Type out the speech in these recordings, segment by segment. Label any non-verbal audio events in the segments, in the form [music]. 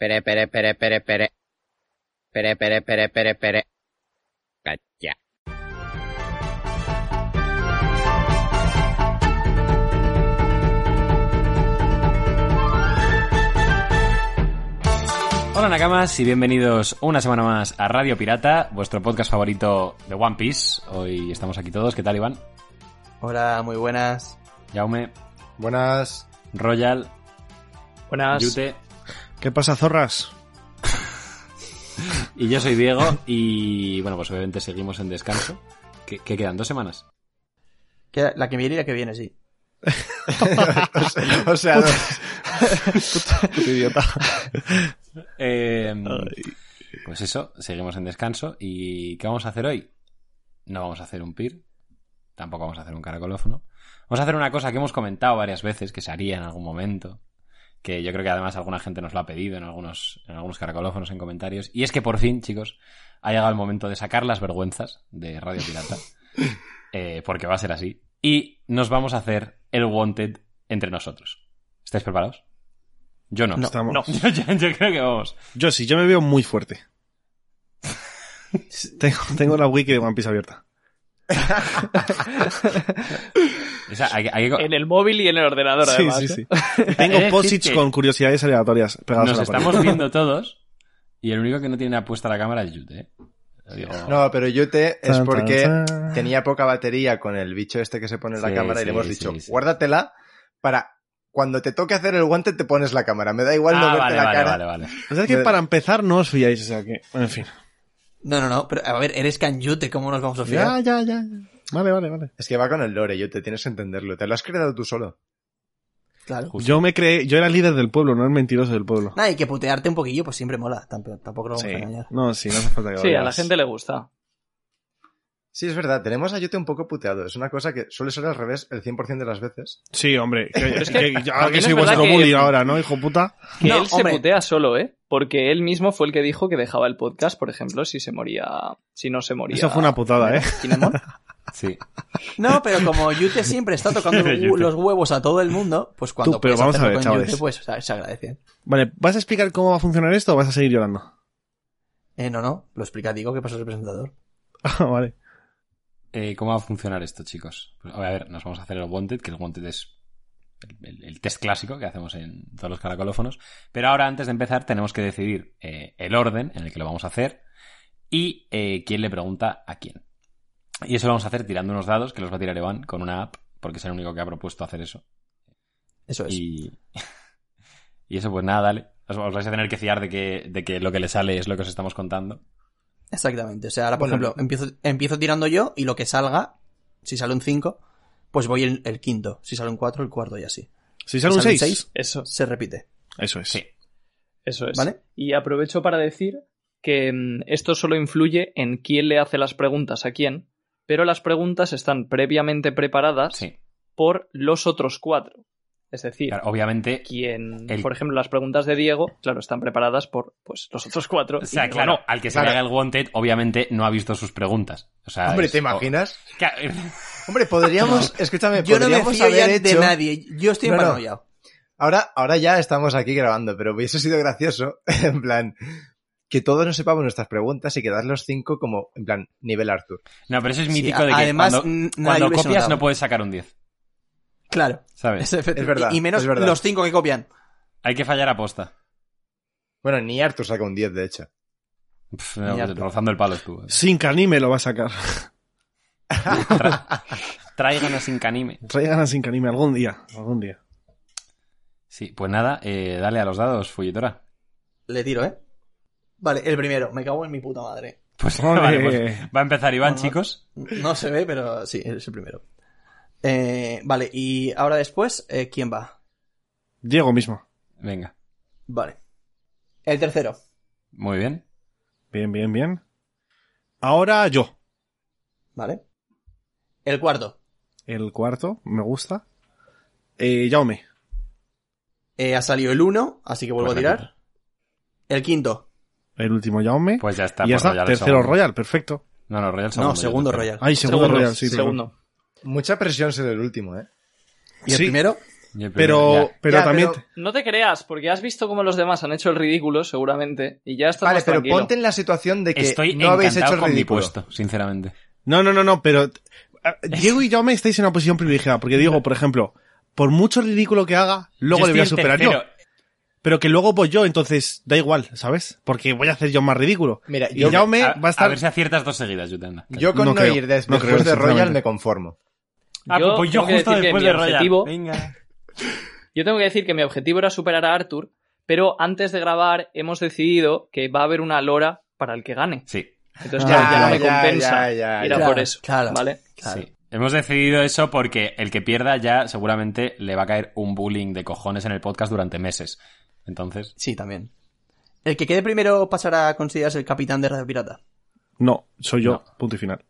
Pere, pere, pere, pere, pere. Pere, pere, pere, pere, pere. Cacha. Hola Nakamas y bienvenidos una semana más a Radio Pirata, vuestro podcast favorito de One Piece. Hoy estamos aquí todos. ¿Qué tal, Iván? Hola, muy buenas. Jaume, Buenas. Royal, Buenas. Yute ¿Qué pasa, zorras? y yo soy Diego. Y bueno, pues obviamente seguimos en descanso. ¿Qué, qué quedan? ¿Dos semanas? Que- La que viene y la que viene, sí. o sea, o [laughs] sea, dos. Puto idiota. Eh, pues eso, seguimos en descanso. ¿Y qué vamos a hacer hoy? No vamos a hacer un PIR, tampoco vamos a hacer un caracolófono. Vamos a hacer una cosa que hemos comentado varias veces, que se haría en algún momento, que yo creo que además alguna gente nos lo ha pedido en algunos, en algunos caracolófonos, en comentarios. Y es que por fin, chicos, ha llegado el momento de sacar las vergüenzas de Radio Pirata, eh, porque va a ser así. Y nos vamos a hacer el Wanted entre nosotros. ¿Estáis preparados? Yo no. No. Estamos. [laughs] Yo- yo- yo creo que vamos. Yo sí, yo me veo muy fuerte. tengo, tengo la wiki de One Piece abierta. O sea, hay que- hay que- [laughs] En el móvil y en el ordenador, Sí, además. sí, ¿eh? sí. [laughs] He de decir Tengo posits que con curiosidades aleatorias pegadas Nos a la pared. estamos [laughs] viendo todos y el único que no tiene nada puesta la cámara es Yute. ¿eh? Lo digo. No, pero Yute es Tan, tan, porque tan. tenía poca batería con el bicho este que se pone en la Sí, cámara y le sí, hemos sí, dicho, sí. guárdatela para cuando te toque hacer el guante te pones la cámara. Me da igual no Ah, verte vale, la vale, cara. vale, vale. O sea, es que para empezar no os fiáis, o sea que, en fin. No, no, no, pero a ver, eres canyute, ¿cómo nos vamos a Ya, fiar? ya, ya. Vale, vale, vale. Es que va con el lore, Yute, tienes que entenderlo. Te lo has creado tú solo. Claro. Justo. Yo me creé, yo era el líder del pueblo, no el mentiroso del pueblo. Nada, y que putearte un poquillo, pues siempre mola. Tamp- Tampoco lo vamos Sí. a engañar. [laughs] No, sí, no hace falta que Sí, a la vayas. gente le gusta. Sí, es verdad, tenemos a Yute un poco puteado. Es una cosa que suele ser al revés el 100% de las veces. Sí, hombre. Que, [laughs] es que que, que- ahora que también soy es verdad vuestro que- bully ahora, ¿no, hijo puta? Que No, él se hombre. putea solo, ¿eh? Porque él mismo fue el que dijo que dejaba el podcast, por ejemplo, si se moría. Si no se moría. Eso fue una putada, ¿eh? Kinemon. Sí. No, pero como Yute siempre está tocando Yute. los huevos a todo el mundo, pues cuando Tú, pero puedes vamos a hacerlo ver, con chavales. Yute, pues o sea, se agradecen. Vale, ¿vas a explicar cómo va a funcionar esto o vas a seguir llorando? [laughs] Eh, no, no, lo explica Diego, que pasó el presentador. Ah, vale. Eh, ¿Cómo va a funcionar esto, chicos? Pues, a ver, nos vamos a hacer el Wanted, que el Wanted es el, el- el test clásico que hacemos en todos los caracolófonos. Pero ahora, antes de empezar, tenemos que decidir eh, el orden en el que lo vamos a hacer y eh, quién le pregunta a quién. Y eso lo vamos a hacer tirando unos dados que los va a tirar Evan con una app, porque es el único que ha propuesto hacer eso. Eso es. Y, [laughs] y eso, pues nada, dale. Os, os vais a tener que fiar de que, de que lo que le sale es lo que os estamos contando. Exactamente. O sea, ahora, por Bueno. ejemplo, empiezo, empiezo tirando yo y lo que salga, si sale un 5, pues voy el, el quinto. Si sale un 4, el cuarto y así. Si sale un ¿Sale un 6, seis? Eso, Se repite. eso es. Sí. eso es. ¿Vale? Y aprovecho para decir que mm, esto solo influye en quién le hace las preguntas a quién, pero las preguntas están previamente preparadas Sí. por los otros cuatro. Es decir, Claro, obviamente. quien, El- por ejemplo, las preguntas de Diego, claro, están preparadas por pues los otros cuatro. O sea, Y claro, bueno, al que se Claro. le haga el wanted, obviamente no ha visto sus preguntas. O sea, Ah, Hombre, es- oh. ¿te imaginas? o- [laughs] claro, [laughs] Hombre, podríamos, escúchame, Yo no me podríamos fío ya haber de hecho- nadie. Yo estoy No, no. paranoiado. Ahora, ahora ya estamos aquí grabando, pero hubiese sido gracioso, [laughs] en plan, que todos nos sepamos nuestras preguntas y quedar los cinco como, en plan, nivel Arthur. no, pero eso es Sí, mítico a- de que además, n- cuando, nadie cuando hubiese copias Eh, notado. no puedes sacar un 10. Claro. ¿Sabes? efecti- Es verdad, Y, y menos es verdad. los cinco que copian. Hay que fallar aposta. Bueno, ni Arthur saca un 10, de hecho. Pff, no, Mierda. rozando el palo tú. Sin canime lo va a sacar. [laughs] Tra- Tráiganos sin canime. Traigan a sin canime algún día. Algún día. Sí, pues nada, eh, dale a los dados, fulletora. Le tiro, ¿eh? Vale, el primero. Me cago en mi puta madre. Pues, [laughs] Ole. vale, pues va a empezar Iván, Ajá. chicos. No se ve, pero sí, es el primero. Eh, vale, y ahora después, eh, ¿quién va? Diego mismo. Venga. Vale. El tercero. Muy bien. Bien, bien, bien. Ahora yo. Vale. El cuarto. El cuarto, me gusta. Eh, Jaume. Eh, ha salido el uno, así que vuelvo Pues a la tirar. El quinto. El último Jaume. Pues ya está. y ya pues está. Royal Tercero segundo. Royal, perfecto. No, Pues no, Royal segundo. No, segundo yo Ah, tercero. Royal. Ay, segundo, Royal, sí. perdón. segundo. Mucha presión ser el último, ¿eh? ¿Y el Sí. primero? Y el primero, Pero, ya. pero Ya, también. pero- No te creas, porque has visto cómo los demás han hecho el ridículo, seguramente, y ya estás Vale, más pero tranquilo. ponte en la situación de que Estoy no habéis hecho encantado el con mi ridículo. puesto, sinceramente. No, no, no, no, pero. ah, Diego y Jaume estáis en una posición privilegiada, porque Diego, por ejemplo, por mucho ridículo que haga, luego le voy a superar yo. Pero que luego voy yo, entonces da igual, ¿sabes? Porque voy a hacer yo más ridículo. Mira, Y yo, ya- Jaume a, va a estar- a ver si aciertas dos seguidas, Yutanda. yo con No no, creo, ir des- no después creo, de Royal sinceramente. me conformo. Ah, Yo pues yo tengo que justo decir que después mi de Royal. objetivo- Venga. Yo tengo que decir que mi objetivo era superar a Arthur, pero antes de grabar hemos decidido que va a haber una lora para el que gane. Sí, Entonces Ah, ya, ya no ya, me ya, compensa ya, ya, ir a ya. por eso. Claro. ¿Vale? Claro. sí. Hemos decidido eso porque el que pierda ya seguramente le va a caer un bullying de cojones en el podcast durante meses. Entonces, Sí, también. El que quede primero pasará a considerarse el capitán de Radio Pirata. No, soy yo, No. punto y final.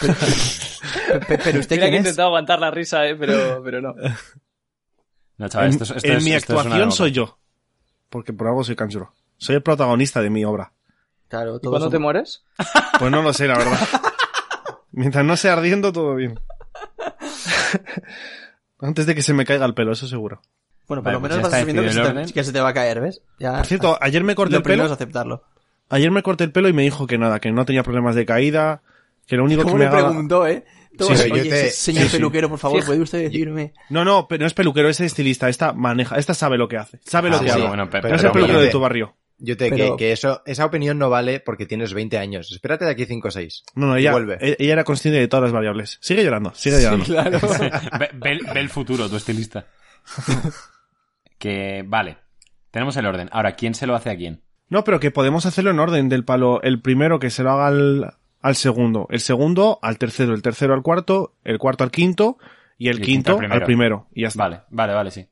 Pe- pe- Pero usted Mira que quién he es. intentado aguantar la risa, eh, pero, pero [laughs] no. no, chaval, en esto es, esto en es- mi esto es una actuación soy democracia. yo. Porque por algo soy Kanjuro. Soy el protagonista de mi obra. Claro, ¿Y todos cuándo te somos- mueres? Pues no lo sé, la verdad. [laughs] Mientras no sea ardiendo, todo [laughs] bien. Antes de que se me caiga el pelo, eso seguro. Bueno, por Vale, lo pues menos ya vas está asumiendo que se, decidido el te, orden. que se te va a caer, ¿ves? Ya, Por cierto, ayer me corté lo el primero es pelo. aceptarlo. Ayer me corté el pelo y me dijo que nada, que no tenía problemas de caída, que lo único que ¿Cómo me le daba- preguntó, eh? Todo, sí, oye, yo te- se- señor sí, sí. peluquero, por favor, Fija- ¿puede usted decirme? No, no, pero no es peluquero, es estilista. Esta maneja, esta sabe lo que hace. Sabe lo Ah, que sí, hago. bueno, pe- No pero es el perdón, peluquero yo- de tu barrio. Yo te Pero- que, que eso, esa opinión no vale porque tienes 20 años. Espérate de aquí 5 o 6. No, no, ella, Vuelve. e- ella era consciente de todas las variables. Sigue llorando, sigue llorando. claro. [laughs] ve, ve el- ve el futuro, tu estilista. que, vale. Tenemos el orden. Ahora, ¿quién se lo hace a quién? No, pero que podemos hacerlo en orden del palo. El primero que se lo haga al, al segundo, el segundo al tercero, el tercero al cuarto, el cuarto al quinto y el, quinto, al, primero. Y ya está. Vale, vale, vale, sí.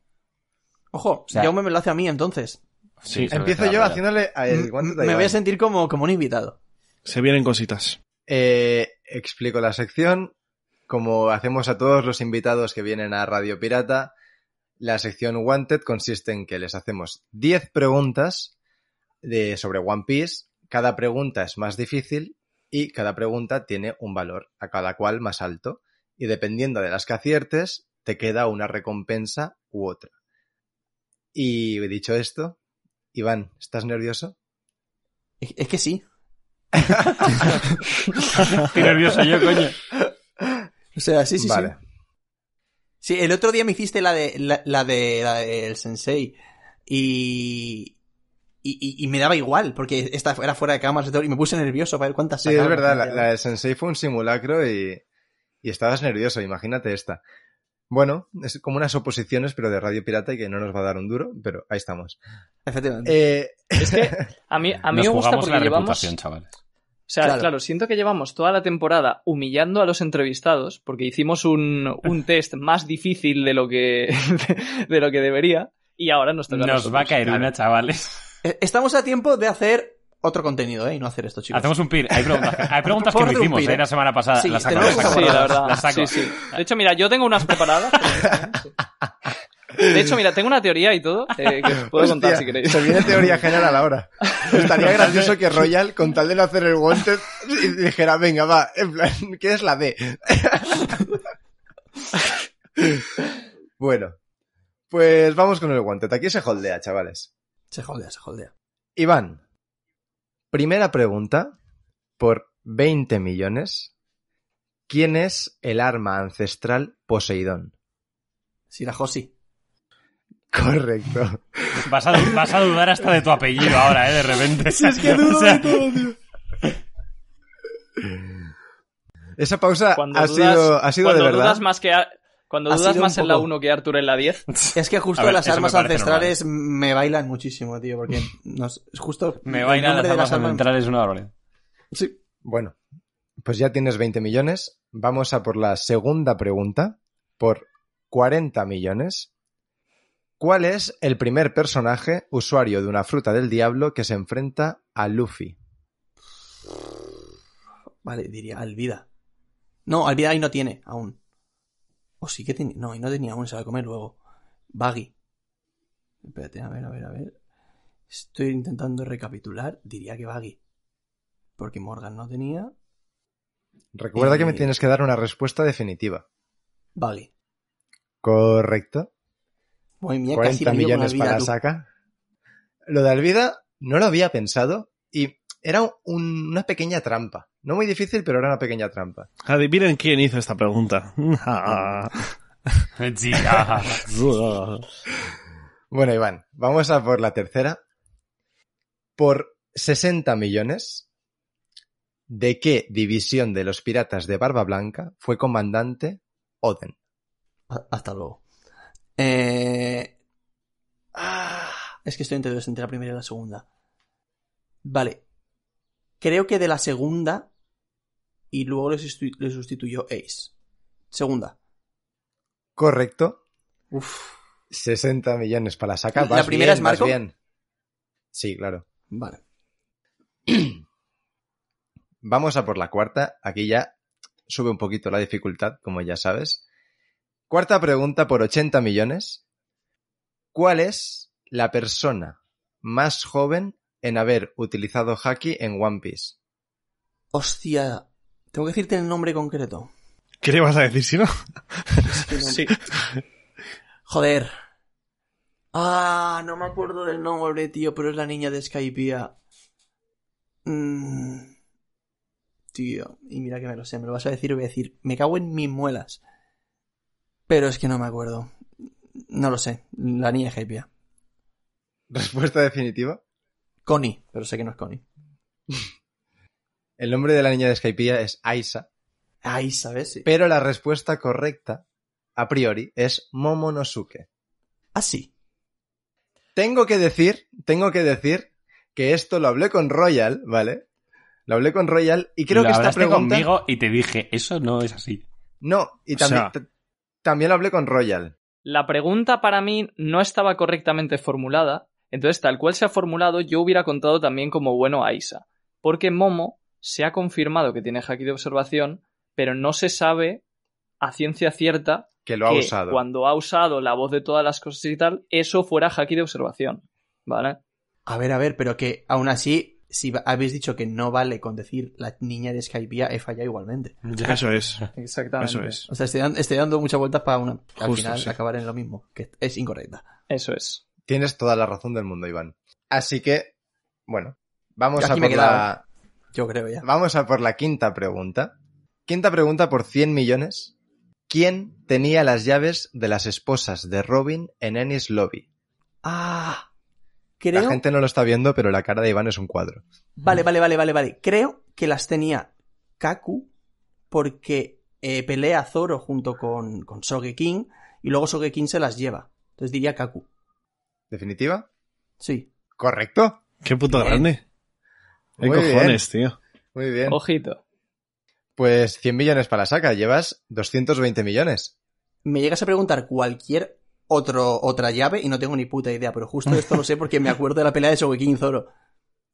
Ojo, sea- Jaume me lo hace a mí, entonces. sí se lo Empiezo hace a yo Royal. haciéndole a él. M- Mm, me voy a sentir como, como un invitado. Se vienen cositas. Eh, explico la sección. Como hacemos a todos los invitados que vienen a Radio Pirata, la sección Wanted consiste en que les hacemos 10 preguntas de, sobre One Piece. Cada pregunta es más difícil y cada pregunta tiene un valor, a cada cual más alto. Y dependiendo de las que aciertes, te queda una recompensa u otra. Y dicho esto, Iván, ¿estás nervioso? Es, es que sí. Estoy nervioso yo, coño. O sea, sí, sí, vale. sí. Sí, el otro día me hiciste la de la, la de la del sensei y, y, y- y me daba igual porque esta era fuera de cámara y todo, y me puse nervioso para ver cuántas Sí, es sacaba. verdad, la, la de Sensei fue un simulacro y, y estabas nervioso, imagínate esta. Bueno, es como unas oposiciones, pero de Radio Pirata y que no nos va a dar un duro, pero ahí estamos. Efectivamente. Eh, Es que a mí, a mí Nos me gusta jugamos porque la llevamos... reputación, chavales. O sea, Claro. claro. siento que llevamos toda la temporada humillando a los entrevistados porque hicimos un, un test más difícil de lo que, [laughs] de lo que debería y ahora nos toca a Nos va a nosotros. caer Claro. una, chavales. Eh, Estamos a tiempo de hacer otro contenido, ¿eh? Y no hacer esto, chicos. Hacemos un pir. Hay preguntas, hay preguntas que Por no de un hicimos pir, eh, ¿eh? la semana pasada. Sí, las saco, tenemos las saco, Sí, la verdad. las saco. Sí, sí. De hecho, mira, yo tengo unas preparadas. De hecho, mira, tengo una teoría y todo eh, que os puedo contar hostia, si queréis. Se viene teoría general [laughs] ahora. Estaría gracioso que Royal, con tal de no hacer el wanted, dijera, venga, va, en plan, ¿qué es la D? [laughs] bueno, pues vamos con el wanted. Aquí se holdea, chavales. Se jodea, se jodea. Iván, primera pregunta por 20 millones. ¿Quién es el arma ancestral Poseidón? [laughs] Sí, la Josi. [laughs] Correcto. Vas, a, du- vas a dudar hasta de tu apellido ahora, ¿eh? De repente. [laughs] [laughs] O sea, Esa pausa Cuando ha, dudas, sido, ha sido de cuando verdad. dudas más que a- cuando Ha dudas sido más un en la poco- 1 que Arturo en la 10. Es que justo A ver, las eso me armas parece ancestrales me bailan muchísimo, tío, porque nos, justo Me el bailan nombre las de armas ancestrales una barbaridad. Sí. Bueno, pues ya tienes 20 millones. Vamos a por la segunda pregunta por 40 millones. ¿Cuál es el primer personaje usuario de una fruta del diablo que se enfrenta a Luffy? Vale, diría Alvida. No, Alvida ahí no tiene aún. O sí que tenía. No, ahí no tenía aún, se va a comer luego. Baggy. Espérate, a ver, a ver, a ver. Estoy intentando recapitular. Diría que Baggy. Porque Morgan no tenía. Recuerda que me Eh, tienes que dar una respuesta definitiva. Baggy. Correcto. Muy mía, casi 40 la lío con millones Alvida, para tú. Saka. Lo de Alvida no lo había pensado y era un- una pequeña trampa. No muy difícil, pero era una pequeña trampa. [laughs] Adivinen quién hizo esta [laughs] pregunta. Sí, ah. Bueno, Iván, vamos a por la tercera. Por 60 millones, ¿de qué división de los piratas de Barba Blanca fue comandante Oden? Ha- Ah, Hasta luego. Eh, ah, es que estoy entre dos, entre la primera y la segunda. Vale. Creo que de la segunda y luego le, sustitu- le sustituyó Ace. Segunda. Correcto, Uf. 60 millones para Saka. ¿La Vas primera bien, es Marco? vas bien. Sí, claro. Vale. Vamos a por la cuarta. Aquí ya sube un poquito la dificultad, como ya sabes. Cuarta pregunta por 80 millones. ¿Cuál es la persona más joven en haber utilizado Haki en One Piece? [laughs] Hostia. Tengo que decirte el nombre concreto. ¿Qué le vas a decir si no? Es que no- Joder. Ah, no me acuerdo del nombre, tío, pero es la niña de Skypiea. Mm. Tío, y mira que me lo sé, me lo vas a decir, voy a decir, me cago en mis muelas. Pero es que no me acuerdo. No lo sé, la niña de Skypiea. Respuesta definitiva. Connie, pero sé que no es Connie. El nombre de la niña de Skypiea es Aisa, Ahí, ¿sabes? Sí. pero la respuesta correcta, a priori, es Momonosuke. Ah, sí. Tengo que decir, tengo que decir que esto lo hablé con Royal, ¿vale? Lo hablé con Royal y creo Lo que esta hablaste pregunta... conmigo y te dije, eso no es así. No, y O también, sea- t- también lo hablé con Royal. La pregunta para mí no estaba correctamente formulada, entonces tal cual se ha formulado yo hubiera contado también como bueno a Isa, porque Momo se ha confirmado que tiene haki de observación, pero no se sabe a ciencia cierta Que lo ha que usado. cuando ha usado la voz de todas las cosas y tal, eso fuera haki de observación, ¿vale? A ver, a ver, pero que aún así, si va- habéis dicho que no vale con decir la niña de Skypiea, he fallado igualmente. Eso es. Exactamente. Eso es. O sea, estoy dando, estoy dando muchas vueltas para una, que al Justo, final sí. acabar en lo mismo, que es incorrecta. Eso es. Tienes toda la razón del mundo, Iván. Así que, bueno, vamos Yo a, aquí me por quedaba. la, Yo creo ya. vamos a por la quinta pregunta. Quinta pregunta por 100 millones. ¿Quién tenía las llaves de las esposas de Robin en Ennis Lobby? Ah, creo. La gente no lo está viendo, pero la cara de Iván es un cuadro. Vale, vale, vale, vale, vale. Creo que las tenía Kaku porque eh, pelea a Zoro junto con, con Sogeking y luego Sogeking se las lleva. Entonces diría Kaku. ¿Definitiva? Sí. ¿Correcto? Qué puto Bien. grande. Qué Muy cojones, tío. Muy bien. Oh. Ojito. Pues 100 millones para Saca. Llevas 220 millones. Me llegas a preguntar cualquier otro, otra llave y no tengo ni puta idea, pero justo esto lo sé porque me acuerdo de la pelea de Sogeking y Zoro.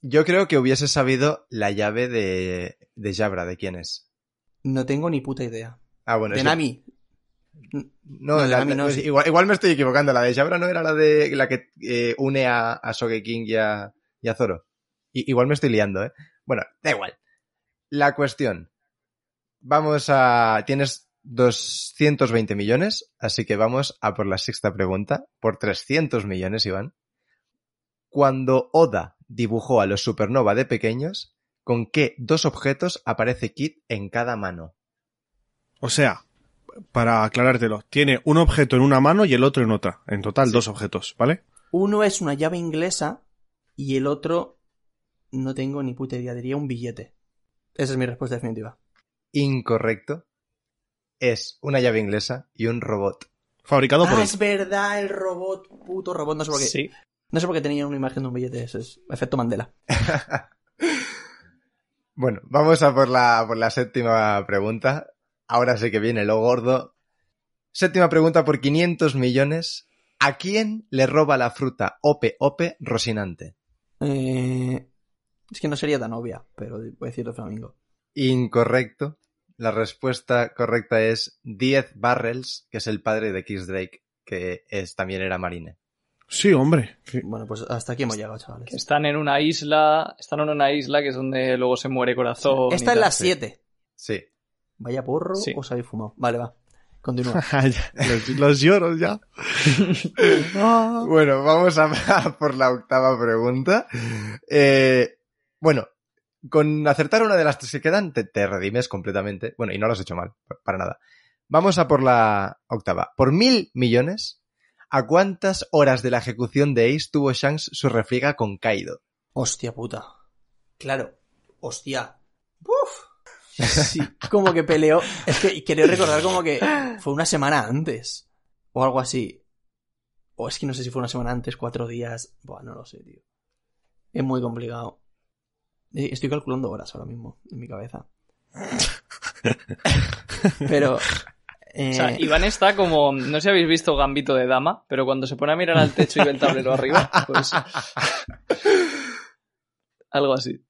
Yo creo que hubiese sabido la llave de, de Jabra, ¿de quién es? No tengo ni puta idea. Ah, bueno, de es- Nami. No, No, de la- Nami no, pues sí. igual, igual me estoy equivocando. La de Jabra no era la de la que eh, une a, a Sogeking y a, y a Zoro. I- igual me estoy liando, ¿eh? Bueno, da igual. La cuestión. Vamos a... Tienes 220 millones, así que vamos a por la sexta pregunta. Por 300 millones, Iván. Cuando Oda dibujó a los supernova de pequeños, ¿con qué dos objetos aparece Kid en cada mano? O sea, para aclarártelo, tiene un objeto en una mano y el otro en otra. En total, dos objetos, ¿vale? Uno es una llave inglesa y el otro no tengo ni puta idea, diría un billete. Esa es mi respuesta definitiva. incorrecto es una llave inglesa y un robot. [laughs] Fabricado por ah, él. es verdad, el robot, puto robot, no sé por qué. Sí. No sé por qué tenía una imagen de un billete, eso es efecto Mandela. Bueno, vamos a por la, por la séptima pregunta. Ahora sí que viene lo gordo. Séptima pregunta por 500 millones. ¿A quién le roba la fruta Ope Ope Rosinante? Eh, es que no sería tan obvia, pero voy a decirlo Flamingo. Incorrecto. La respuesta correcta es 10 Barrels, que es el padre de Kiss Drake, que es, también era marine. Sí, hombre. Que- Bueno, pues hasta aquí hemos llegado, Que chavales. están en una isla, están en una isla que es donde luego se muere corazón. y Esta es tal. la 7. Sí. Vaya porro, Sí. os habéis fumado. Vale, va. Continúa. los, los lloros ya. Ah. Bueno, vamos a, [laughs] a por la octava pregunta. Eh, bueno, con acertar una de las tres que quedan, te, te redimes completamente. Bueno, y no lo has hecho mal, para nada. Vamos a por la octava. Por mil millones, ¿a cuántas horas de la ejecución de Ace tuvo Shanks su refriega con Kaido? Hostia puta. Claro. Hostia. Uf. Sí, [laughs] como que peleó. Es que quería recordar como que fue una semana antes. O algo así. O es que no sé si fue una semana antes, cuatro días. Buah, no lo sé, tío. Es muy complicado. Eh, Estoy calculando horas ahora mismo en mi [laughs] cabeza. Pero. eh, O sea, Iván está como, no sé si habéis visto Gambito de Dama, pero cuando se pone a mirar al techo y ve el tablero arriba, pues... [laughs] Algo así.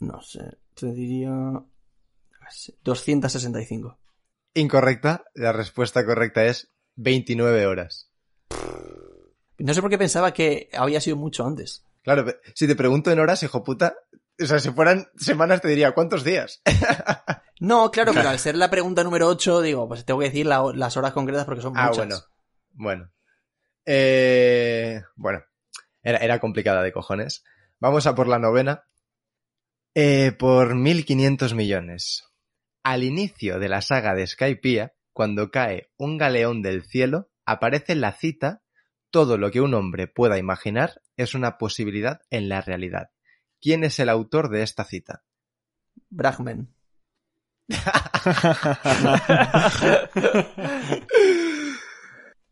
No sé. Te diría. no sé, 265. Incorrecta. La respuesta correcta es 29 horas. No sé por qué pensaba que había sido mucho antes. Claro, pe- si te pregunto en horas, hijo puta, o sea, si fueran semanas te diría, ¿cuántos días? No, claro, pero al ser la pregunta número 8, digo, pues tengo que decir la- las horas concretas porque son Ah, muchas. bueno. Bueno. Eh, bueno, era, era complicada de cojones. Vamos a por la novena. Eh, por 1.500 millones. Al inicio de la saga de Skypiea, cuando cae un galeón del cielo, aparece la cita, todo lo que un hombre pueda imaginar es una posibilidad en la realidad. ¿Quién es el autor de esta cita? Bragman.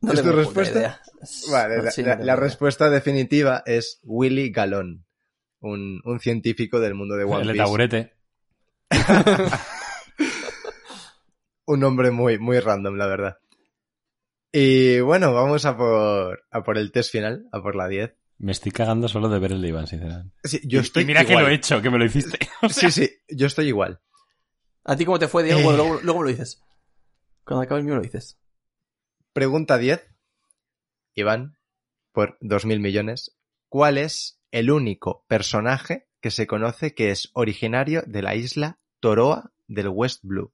No ¿Es tengo tu ni puta respuesta? idea. Vale, No, la, Pues sí, la- no tengo la ni idea. respuesta definitiva es Willy Galón, un, un científico del mundo de One El de Piece. taburete. Un hombre muy, muy random, la verdad. Y bueno, vamos a por, a por el test final, a por la 10. Me estoy cagando solo de ver el de Iván, sinceramente. Sí, yo Y- y estoy mira que igual. lo he hecho, que me lo hiciste. [laughs] Sí, sí, yo estoy igual. ¿A ti cómo te fue, Diego? Eh. Bueno, luego, luego me lo dices. Cuando acabe el mío lo [laughs] dices. Pregunta 10. Iván, por 2.000 millones. ¿Cuál es el único personaje que se conoce que es originario de la isla Toroa del West Blue?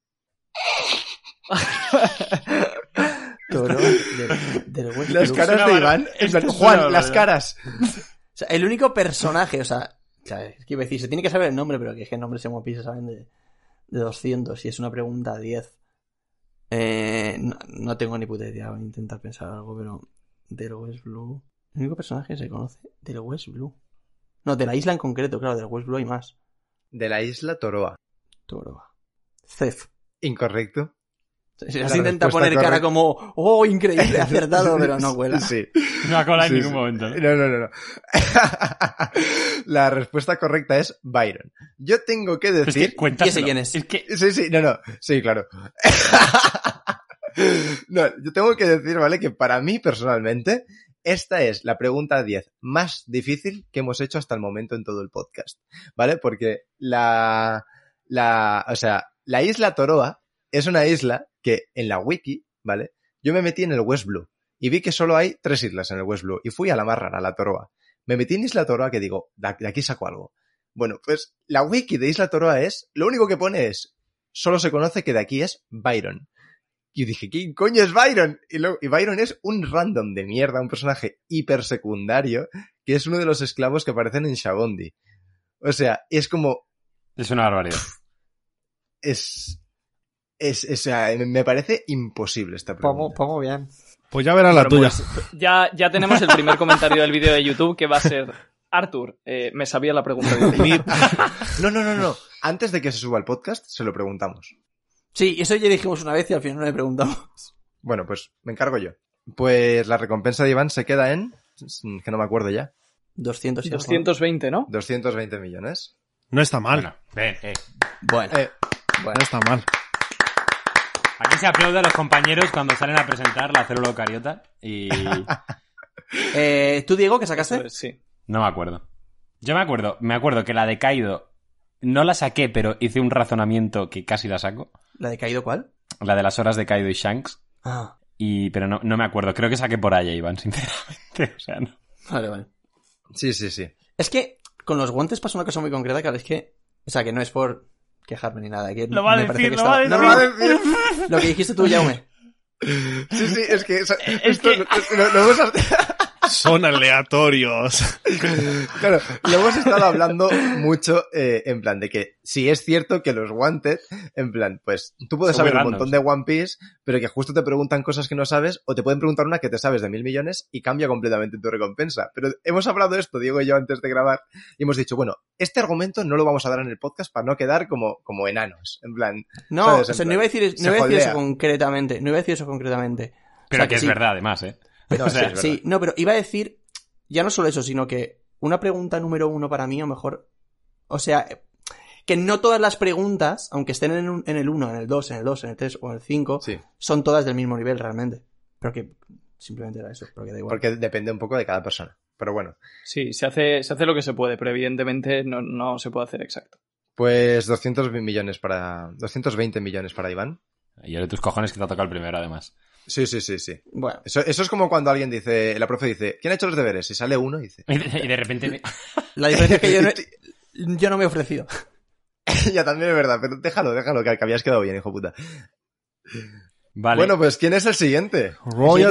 Toro del, del West Las Blue. caras una de bar- Iván. en Esto ¿eh? plan, es una Juan, las barbaridad". caras. O sea, el único personaje, o sea, o sea, es que iba a decir, se tiene que saber el nombre, pero que es que el nombre se One Piece se saben de, de 200 y es una pregunta 10. Eh, no, no tengo ni puta idea, voy a intentar pensar algo, pero del West Blue. El único personaje que se conoce del West Blue. No, de la isla en concreto, claro, del West Blue hay más. De la isla Toroa. Toro. Cef. Incorrecto. O sea, La Se intenta respuesta poner cara correcta. como, oh, increíble, acertado, pero no cuela. Sí. No ha colado Sí, en ningún sí. momento. ¿no? No, no, no, [laughs] no. La respuesta correcta es Byron. Yo tengo que Pero Es que decir. cuéntaselo. ¿Y ese quién es? que Sí, sí, no, no. Sí, claro. [laughs] No, yo tengo que decir, ¿vale? Que para mí, personalmente, esta es la pregunta 10 más difícil que hemos hecho hasta el momento en todo el podcast. ¿Vale? Porque la. La. O sea, la isla Toroa es una isla que en la wiki, ¿vale? Yo me metí en el West Blue y vi que solo hay tres islas en el West Blue y fui a la más rara, a la Toroa. Me metí en Isla Toroa que digo, de de aquí saco algo. Bueno, pues la wiki de Isla Toroa es, lo único que pone es, solo se conoce que de aquí es Byron. Y dije, ¿quién coño es Byron? Y, luego- y Byron es un random de mierda, un personaje hipersecundario, que es uno de los esclavos que aparecen en Shabondi. O sea, es como, es una barbaridad. es, es, es- o sea, me- me parece imposible esta Pongo, pregunta. pongo bien. Pues ya verás la tuya. Bueno, pues, ya, ya tenemos el primer comentario del vídeo de YouTube que va a ser... Arthur, eh, me sabía [laughs] la pregunta. de ti". No, no, no, no. Antes de que se suba el podcast, se lo preguntamos. Sí, eso ya dijimos una vez y al final no le preguntamos. [laughs] Bueno, pues me encargo yo. Pues la recompensa de Iván se queda en, que no me acuerdo ya, 200 y algo. 220, ¿no? 220 millones. No está mal. Bueno, ven, eh. Bueno. Eh, No está mal. Aquí se aplaude a los compañeros cuando salen a presentar la célula eucariota [laughs] y... Eh, ¿Tú, Diego, que Eso sacaste? es, Pues Sí. No me acuerdo. Yo me acuerdo, me acuerdo que la de Kaido no la saqué, pero hice un razonamiento que casi la saco. ¿La de caído cuál? La de las horas de Kaido y Shanks. Ah, Y, pero no, no me acuerdo, creo que saqué por allá, Iván, [laughs] sinceramente. O sea, no. vale, vale. sí, sí, sí. Es que con los guantes pasa una cosa muy concreta, que es que... O sea, que no es por quejarme ni nada. Que Lo va a me parece decir, que lo va a estaba- decir. no, no, Lo que dijiste tú, Jaume. Sí, sí, es que... eso- esto lo- lo- lo hemos hasta- Son aleatorios. [laughs] claro, lo hemos estado hablando mucho eh, en plan de que si es cierto que los Wanted, en plan, pues tú puedes Son muy saber un randoms. montón de One Piece, pero que justo te preguntan cosas que no sabes o te pueden preguntar una que te sabes de mil millones y cambia completamente tu recompensa. Pero hemos hablado esto, Diego y yo, antes de grabar y hemos dicho, bueno, este argumento no lo vamos a dar en el podcast para no quedar como, como enanos, en plan... No, ¿sabes? En o sea, no plan, iba a decir, se no iba a decir eso holdea. concretamente. No iba a decir eso concretamente. Pero O que, sea, que es sí. verdad, además, ¿eh? [laughs] Pero O sea, sí, es verdad. sí, no, pero iba a decir, ya no solo eso, sino que una pregunta número uno para mí, a lo mejor, o sea, que no todas las preguntas, aunque estén en, un- en el 1, en el 2, en el 2, en el 3 o en el 5, Sí, son todas del mismo nivel realmente. Pero que simplemente era eso, pero que da igual. porque depende un poco de cada persona. Pero bueno. Sí, se hace, se hace lo que se puede, pero evidentemente no, no se puede hacer exacto. Pues 200 millones para. 220 millones para Iván. Y ahora tus cojones que te ha tocado el primero, además. Sí, sí, sí, sí. Bueno, Eso, eso es como cuando alguien dice, la profe dice, ¿quién ha hecho los deberes? Y sale uno y dice, [laughs] [laughs] Y de, y de repente... me- la diferencia es que [laughs] yo no, yo no me he ofrecido. ya también es verdad, pero déjalo, déjalo, que, que habías quedado bien, hijo puta. Vale. Bueno, pues ¿quién es el siguiente? Royal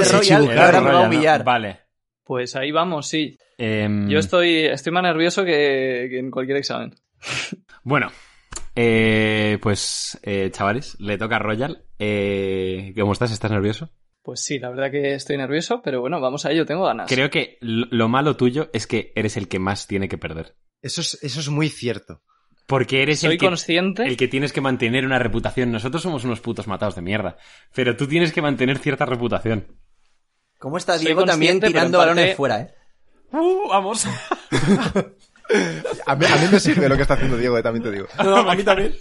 Royal, El Shichibukai. ahora me va a Royal, ¿no? humillar. Vale. Pues ahí vamos, sí. Em, Yo estoy, estoy más nervioso que, que en cualquier examen. Bueno, eh, pues eh, chavales, le toca a Royal. Eh, ¿Cómo estás? ¿Estás nervioso? Pues sí, la verdad que estoy nervioso, pero bueno, vamos a ello, tengo ganas. Creo que lo, lo malo tuyo es que eres el que más tiene que perder. Eso es, eso es muy cierto. Porque eres Soy el que, consciente. el que tienes que mantener una reputación. Nosotros somos unos putos matados de mierda. Pero tú tienes que mantener cierta reputación. ¿Cómo está Soy Diego también consciente, pero tirando en parte- balones fuera, eh? ¡Uh, vamos! A mí, a mí me sirve lo que está haciendo Diego, eh, también te digo. [laughs] No, no, a [laughs] mí también.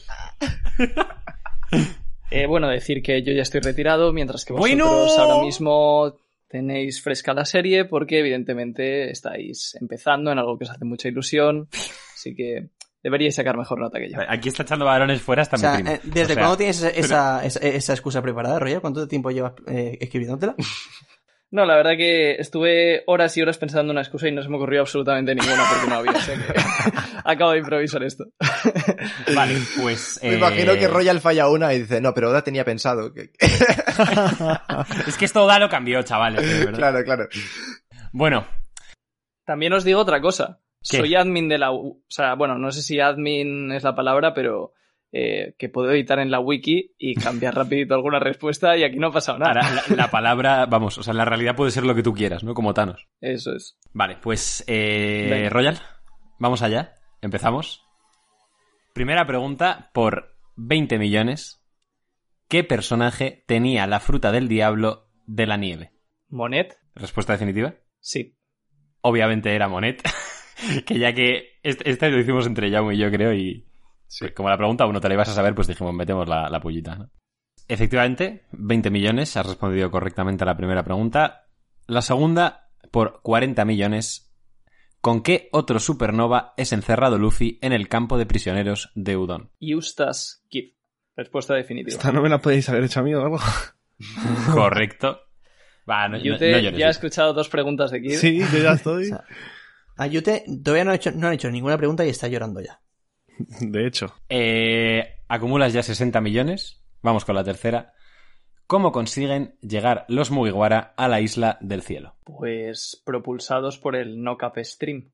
Eh, bueno, decir que yo ya estoy retirado, mientras que vosotros Bueno. ahora mismo tenéis fresca la serie, porque evidentemente estáis empezando en algo que os hace mucha ilusión, así que deberíais sacar mejor nota que yo. Aquí está echando balones fuera hasta O sea, mi primo. eh, ¿desde O sea, cuándo tienes esa, esa, esa- esa excusa preparada, Royal? ¿Cuánto tiempo llevas eh, [laughs] escribiéndotela? No, la verdad que estuve horas y horas pensando una excusa y no se me ocurrió absolutamente ninguna porque no había, o sea que [laughs] acabo de improvisar esto. Vale, pues... Me eh, imagino que Royal falla una y dice, no, pero Oda tenía pensado. que- Es que esto Oda lo cambió, chavales. de verdad. claro, claro. Bueno, También os digo otra cosa. ¿Qué? Soy admin de la... U- O sea, bueno, no sé si admin es la palabra, pero eh, que puedo editar en la wiki y cambiar [laughs] rapidito alguna respuesta y aquí no ha pasado nada. ahora la, la palabra... Vamos, o sea, la realidad puede ser lo que tú quieras, ¿no? Como Thanos. Eso es. Vale, pues eh, Venga. Royal, vamos allá. Empezamos. Primera pregunta por 20 millones. ¿Qué personaje tenía la fruta del diablo de la nieve? Monet, Respuesta definitiva. sí. Obviamente era Monet. [laughs] que ya que este, este lo hicimos entre Jaume y yo creo y Sí. pues, como la pregunta aún no te la ibas a saber, pues dijimos metemos la, la pullita. ¿no? Efectivamente, 20 millones. Has respondido correctamente a la primera pregunta. La segunda, por 40 millones. ¿Con qué otro supernova es encerrado Luffy en el campo de prisioneros de [laughs] Udon? Eustace Kid. Respuesta definitiva. Esta no me la podéis haber hecho a mí o algo. Correcto. Va, no, Yo no- te- no llores, ya he Luffy. escuchado dos preguntas de Kid. Sí, yo ya estoy. sea, Ayute Ah, todavía no ha hecho, no han hecho ninguna pregunta y está llorando ya. De hecho. Eh, acumulas ya 60 millones. Vamos con la tercera. ¿Cómo consiguen llegar los Mugiwara a la isla del cielo? Pues propulsados por el No Cap Stream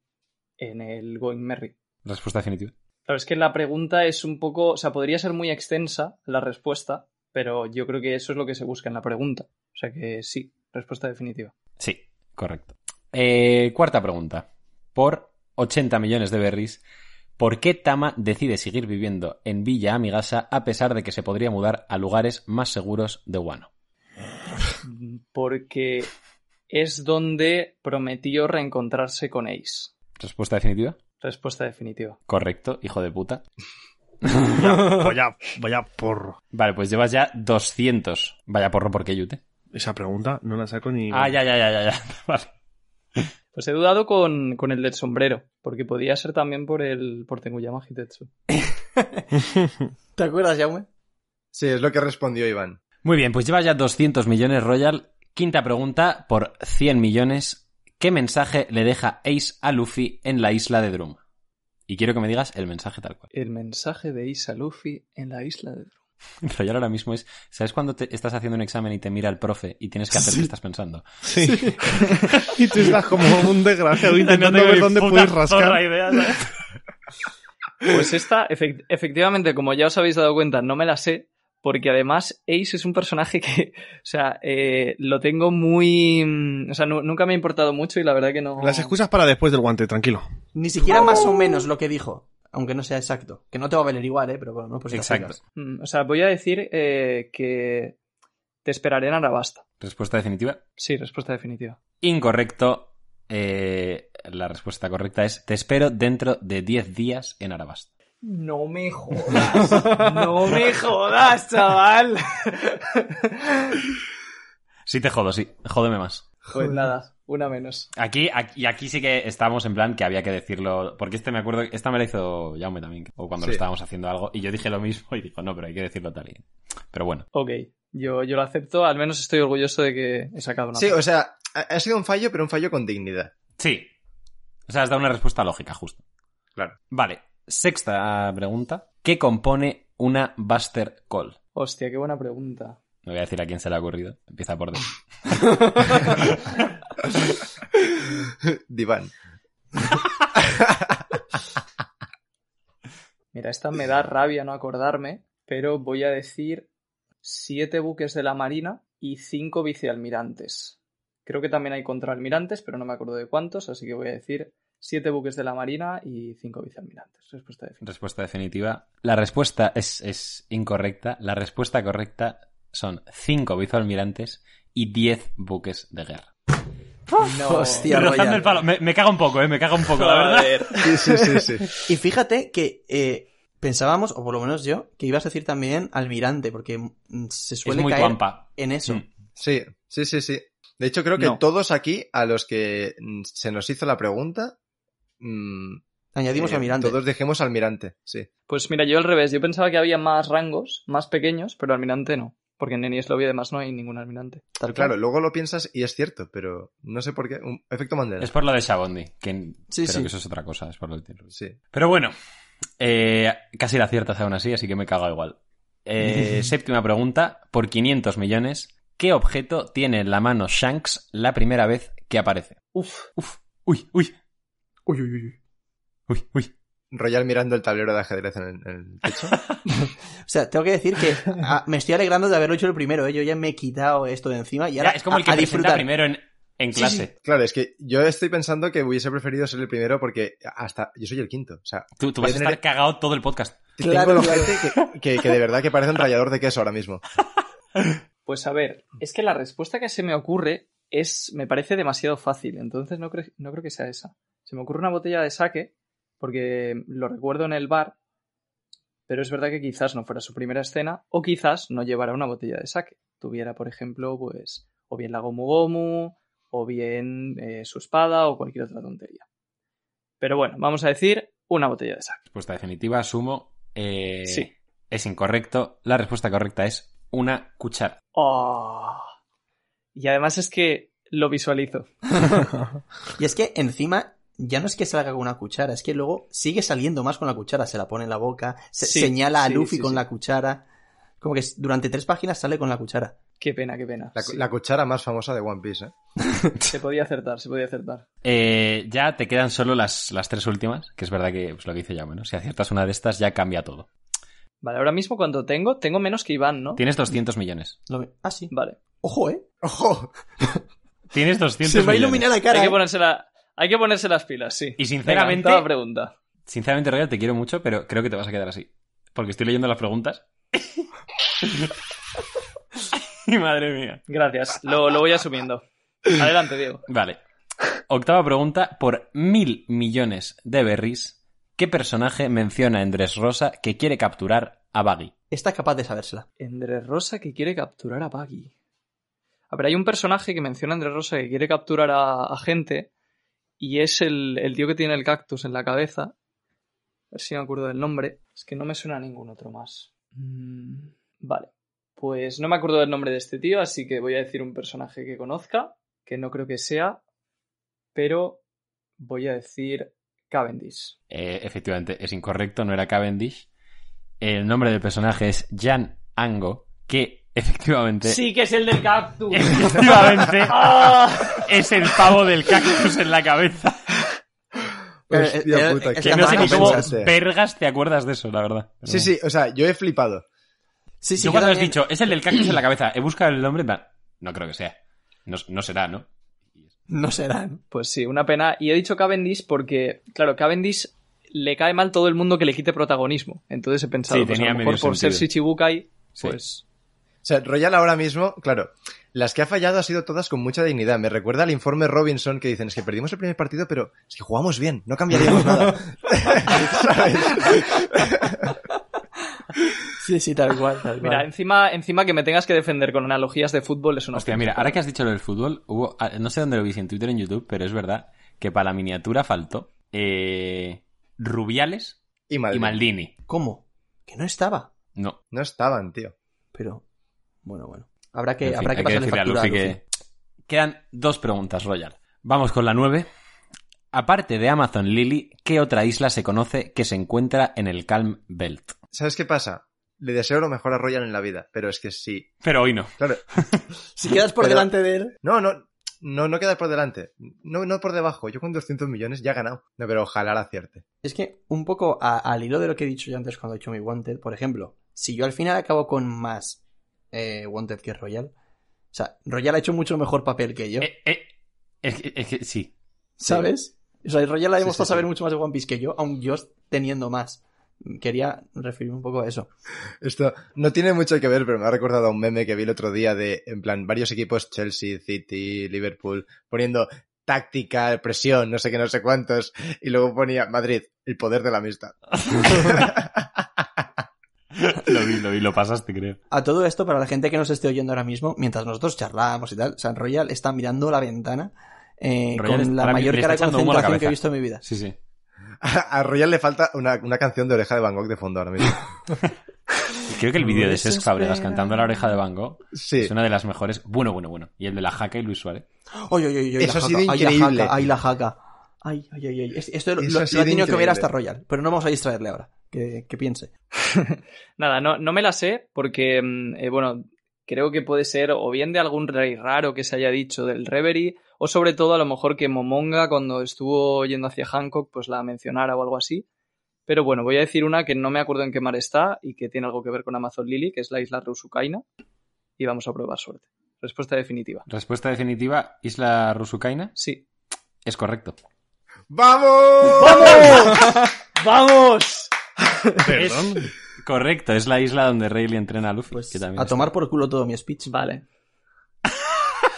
en el Going Merry. Respuesta definitiva. Claro, es que la pregunta es un poco, o sea, podría ser muy extensa la respuesta, pero yo creo que eso es lo que se busca en la pregunta. O sea que sí, respuesta definitiva. Sí, correcto. Eh, cuarta pregunta. Por 80 millones de berries, ¿por qué Tama decide seguir viviendo en Villa Amigasa a pesar de que se podría mudar a lugares más seguros de Wano? Porque es donde prometió reencontrarse con Ace. Respuesta definitiva. Respuesta definitiva. Correcto, hijo de puta. Voy a, voy a porro. Vale, pues llevas ya 200. Vaya porro, ¿por qué Yute? Esa pregunta no la saco ni. Ah, ya, ya, ya, ya, [laughs] ya. Vale. Pues he dudado con, con el del sombrero, porque podía ser también por el por Tenguyama Hitetsu. ¿Te acuerdas, Jaume? Sí, es lo que respondió Iván. Muy bien, pues llevas ya 200 millones, Royal. Quinta pregunta por 100 millones. ¿Qué mensaje le deja Ace a Luffy en la isla de Drum? Y quiero que me digas el mensaje tal cual. [laughs] El mensaje de Isa Luffy en la isla de Drum. Enrollar ahora mismo es. ¿Sabes cuando te estás haciendo un examen y te mira el profe y tienes que hacer lo que estás pensando? Sí. [laughs] y tú estás como un desgraciado No intentando tengo ver ni dónde puta puedes zorra rascar. idea, ¿sabes? Pues esta, efect- efectivamente, como ya os habéis dado cuenta, no me la sé, porque además Ace es un personaje que, o sea, eh, lo tengo muy... mm, O sea, nu- nunca me ha importado mucho y la verdad que no... Las excusas para después del guante, tranquilo. Ni siquiera más o menos lo que dijo, aunque no sea exacto. Que no te va a valer igual, ¿eh? Pero bueno, no, pues Exacto. Mm, O sea, voy a decir eh, que te esperaré en Arabasta. Respuesta definitiva. Sí, respuesta definitiva. Incorrecto. Eh, la respuesta correcta es: Te espero dentro de 10 días en Arabasta. No [laughs] me jodas, no me jodas, chaval. Sí, te jodo, sí. Jódeme más. Pues nada, una menos. Aquí, aquí, y aquí sí que estábamos en plan que había que decirlo. Porque este me acuerdo, esta me la hizo Jaume también, o cuando lo Sí. estábamos haciendo algo, y yo dije lo mismo y dijo, no, pero hay que decirlo tal y. Pero bueno. Ok, yo, yo lo acepto, al menos estoy orgulloso de que he sacado una. Sí, o sea, ha- ha sido un fallo, pero un fallo con dignidad. [laughs] Sí. O sea, has dado una respuesta lógica, justo. Claro. Vale. Sexta pregunta. ¿Qué compone una Buster Call? Hostia, qué buena pregunta. No voy a decir a quién se le ha ocurrido. Empieza por D. [laughs] Diván. Mira, esta me da rabia no acordarme, pero voy a decir siete buques de la Marina y cinco vicealmirantes. Creo que también hay contraalmirantes, pero no me acuerdo de cuántos, así que voy a decir siete buques de la Marina y cinco vicealmirantes. Respuesta definitiva. Respuesta definitiva. La respuesta es, es incorrecta. La respuesta correcta son cinco vicealmirantes y 10 buques de guerra. No. Hostia, vaya. Me, cago un poco, eh. Me cago un poco, Sí, sí, sí, sí. Y fíjate que eh, pensábamos, o por lo menos yo, que ibas a decir también almirante, porque mm, se Es suele muy caer guampa. en eso. Mm. Sí, sí, sí, sí. De hecho, creo que No. todos aquí, a los que mm, se nos hizo la pregunta, mm, Añadimos eh, almirante. todos dijimos almirante, sí. Pues mira, yo al revés, yo pensaba que había más rangos, más pequeños, pero almirante no. Porque en Enies Lobby además no hay ningún almirante. tal cual. Claro, luego lo piensas y es cierto, pero no sé por qué. Un efecto Mandela. Es por lo de Shabondi. Que, Sí, pero sí. que eso es otra cosa. Es por lo de Tim Ruiz. Sí. Pero bueno, eh, casi la aciertas aún así, así que me cago igual. [laughs] Eh, séptima pregunta, por 500 millones, ¿qué objeto tiene en la mano Shanks la primera vez que aparece? Uf, Uy, uy, Uy, uy, uy. uy, uy. Royal mirando el tablero de ajedrez en el, en el techo. [laughs] O sea, tengo que decir que ah, me estoy alegrando de haberlo hecho el primero, ¿eh? Yo ya me he quitado esto de encima y ahora Ya, es como el que a, a presenta disfrutar. primero en, en Sí, clase. Claro, es que yo estoy pensando que hubiese preferido ser el primero porque hasta yo soy el quinto. O sea, Tú, tú vas a Voy a tener- estar cagado todo el podcast. Claro, tengo el claro. ojete que, que- que de verdad que parece un rallador de queso ahora mismo. Pues a ver, es que la respuesta que se me ocurre es, me parece demasiado fácil, entonces no, cre- no creo que sea esa. Se me ocurre una botella de sake, porque lo recuerdo en el bar, pero es verdad que quizás no fuera su primera escena, o quizás no llevara una botella de sake. Tuviera, por ejemplo, pues, o bien la Gomu Gomu, o bien eh, su espada, o cualquier otra tontería. Pero bueno, vamos a decir una botella de sake. Respuesta definitiva, asumo. eh, Sí. Es incorrecto. La respuesta correcta es una cuchara. Oh. Y además es que lo visualizo. Y es que encima ya no es que salga con una cuchara, es que luego sigue saliendo más con la cuchara, se la pone en la boca, se- Sí, señala a sí, Luffy sí, con sí. la cuchara. Como que s- durante tres páginas sale con la cuchara. Qué pena, qué pena. La, Sí. la cuchara más famosa de One Piece, ¿eh? Se podía acertar, se podía acertar. Eh, ya te quedan solo las, las tres últimas, que es verdad que pues, lo que dice ya, bueno, si aciertas una de estas ya cambia todo. Vale, ahora mismo cuando tengo, tengo menos que Iván, ¿no? Tienes 200 millones. Lo ve- Ah, sí. Vale. Ojo, ¿eh? ¡Ojo! Tienes 200 Se va a millones. iluminar la cara. Hay que, ¿eh? ponerse la- hay que ponerse las pilas, sí. Y Sinceramente, sinceramente, la pregunta. sinceramente, Royal, te quiero mucho, pero creo que te vas a quedar así. Porque estoy leyendo las preguntas. [laughs] y madre mía. Gracias, lo, lo voy asumiendo. Adelante, Diego. Vale. Octava pregunta. Por mil millones de berries, ¿qué personaje menciona en Dressrosa que quiere capturar a Baggy? Está capaz de sabérsela. Andrés Rosa que quiere capturar a Baggy. A ver, hay un personaje que menciona a Andrés Rosa que quiere capturar a, a gente y es el, el tío que tiene el cactus en la cabeza. A ver si me acuerdo del nombre. Es que no me suena a ningún otro más. Mm, Vale. Pues no me acuerdo del nombre de este tío, así que voy a decir un personaje que conozca, que no creo que sea, pero voy a decir Cavendish. Eh, efectivamente, es incorrecto, no era Cavendish. El nombre del personaje es Jan Ango, que efectivamente, Sí, que es el del cactus. efectivamente [laughs] Ah, es el pavo del cactus en la cabeza. Pero, eh, Hostia Pues, puta, eh, qué es Que no sé ni mal cómo pensaste. vergas te acuerdas de eso, la verdad. Pero Sí, bueno. sí, o sea, yo he flipado. Sí, sí, yo cuando has también- dicho, es el del cactus en la cabeza, he buscado el nombre, en plan, no creo que sea. No, no será, ¿no? No serán. Pues sí, una pena. Y he dicho Cavendish porque, claro, Cavendish le cae mal todo el mundo que le quite protagonismo. Entonces he pensado, Sí, pues, tenía a lo medio mejor por ser sentido. Shichibukai, Sí. pues... O sea, Royal ahora mismo, claro, las que ha fallado ha sido todas con mucha dignidad. Me recuerda al informe Robinson que dicen, es que perdimos el primer partido, pero es que jugamos bien, no cambiaríamos nada. Sí, sí, tal cual, [laughs] tal cual. Mira, eh. encima, encima que me tengas que defender con analogías de fútbol es una Hostia, ofensa. mira, ahora que has dicho lo del fútbol, hubo, ah, no sé dónde lo vi, si en Twitter o en YouTube, pero es verdad que para la miniatura faltó eh, Rubiales Y mal. y Maldini. ¿Cómo? Que no estaba. No, No estaban, tío. Pero, bueno, bueno. Habrá que, en fin, habrá que hay que pasarle decirle a factura Luffy a Luffy. que... Quedan dos preguntas, Royal. Vamos con la nueve. Aparte de Amazon Lily, ¿qué otra isla se conoce que se encuentra en el Calm Belt? ¿Sabes qué pasa? Le deseo lo mejor a Royal en la vida, pero es que sí. Pero hoy no. Claro, Si quedas por Pero- delante de él... no, no, no, no quedar por delante. No, no por debajo. Yo con 200 millones ya he ganado. No, pero ojalá la acierte. Es que un poco a- al hilo de lo que he dicho yo antes cuando he hecho mi Wanted, por ejemplo, si yo al final acabo con más eh, Wanted que Royal, o sea, Royal ha hecho mucho mejor papel que yo, Eh, eh, es, que- es que sí. [laughs] ¿sabes? O sea, Royal ha Sí, demostrado sí, saber sí. mucho más de One Piece que yo, aun yo teniendo más. Quería referirme un poco a eso. Esto no tiene mucho que ver, pero me ha recordado a un meme que vi el otro día de, en plan, varios equipos, Chelsea, City, Liverpool, poniendo táctica, presión, no sé qué, no sé cuántos, y luego ponía Madrid, el poder de la amistad. Lo vi, lo vi, lo pasaste, creo. A todo esto, para la gente que nos esté oyendo ahora mismo, mientras nosotros charlábamos y tal, o sea, Royal está mirando la ventana eh, Royal con es- la ahora mayor le está cara de echando humo a la concentración que he cabeza. visto en mi vida. Sí, sí. A, a Royal le falta una, una canción de oreja de Van Gogh de fondo ahora mismo. Creo que el vídeo de Cesc Desespera. Fábregas cantando La oreja de Van Gogh Sí. es una de las mejores. Bueno, bueno, bueno. Y el de la jaca y ¿eh? Luis Suárez. Oye, oye, oye, Eso la ha sido jaca, ay, la increíble, jaca, ay, tío. la jaca. Ay, ay, ay, ay. Es- Esto lo, Eso lo- ha lo ha sido tenido que ver increíble. hasta Royal, pero no vamos a distraerle ahora. Que, que piense. Nada, no, no me la sé porque, mm, eh, bueno, creo que puede ser o bien de algún rey raro que se haya dicho del Reverie, o sobre todo a lo mejor que Momonga cuando estuvo yendo hacia Hancock pues la mencionara o algo así. Pero bueno, voy a decir una que no me acuerdo en qué mar está y que tiene algo que ver con Amazon Lily, que es la isla Rusukaina. Y vamos a probar suerte. Respuesta definitiva. Respuesta definitiva, Isla Rusukaina. Sí. Es correcto. ¡Vamos! ¡Vamos! Perdón. Correcto, es la isla donde Rayleigh entrena a Luffy. Pues que también a es- tomar por culo todo mi speech. Vale.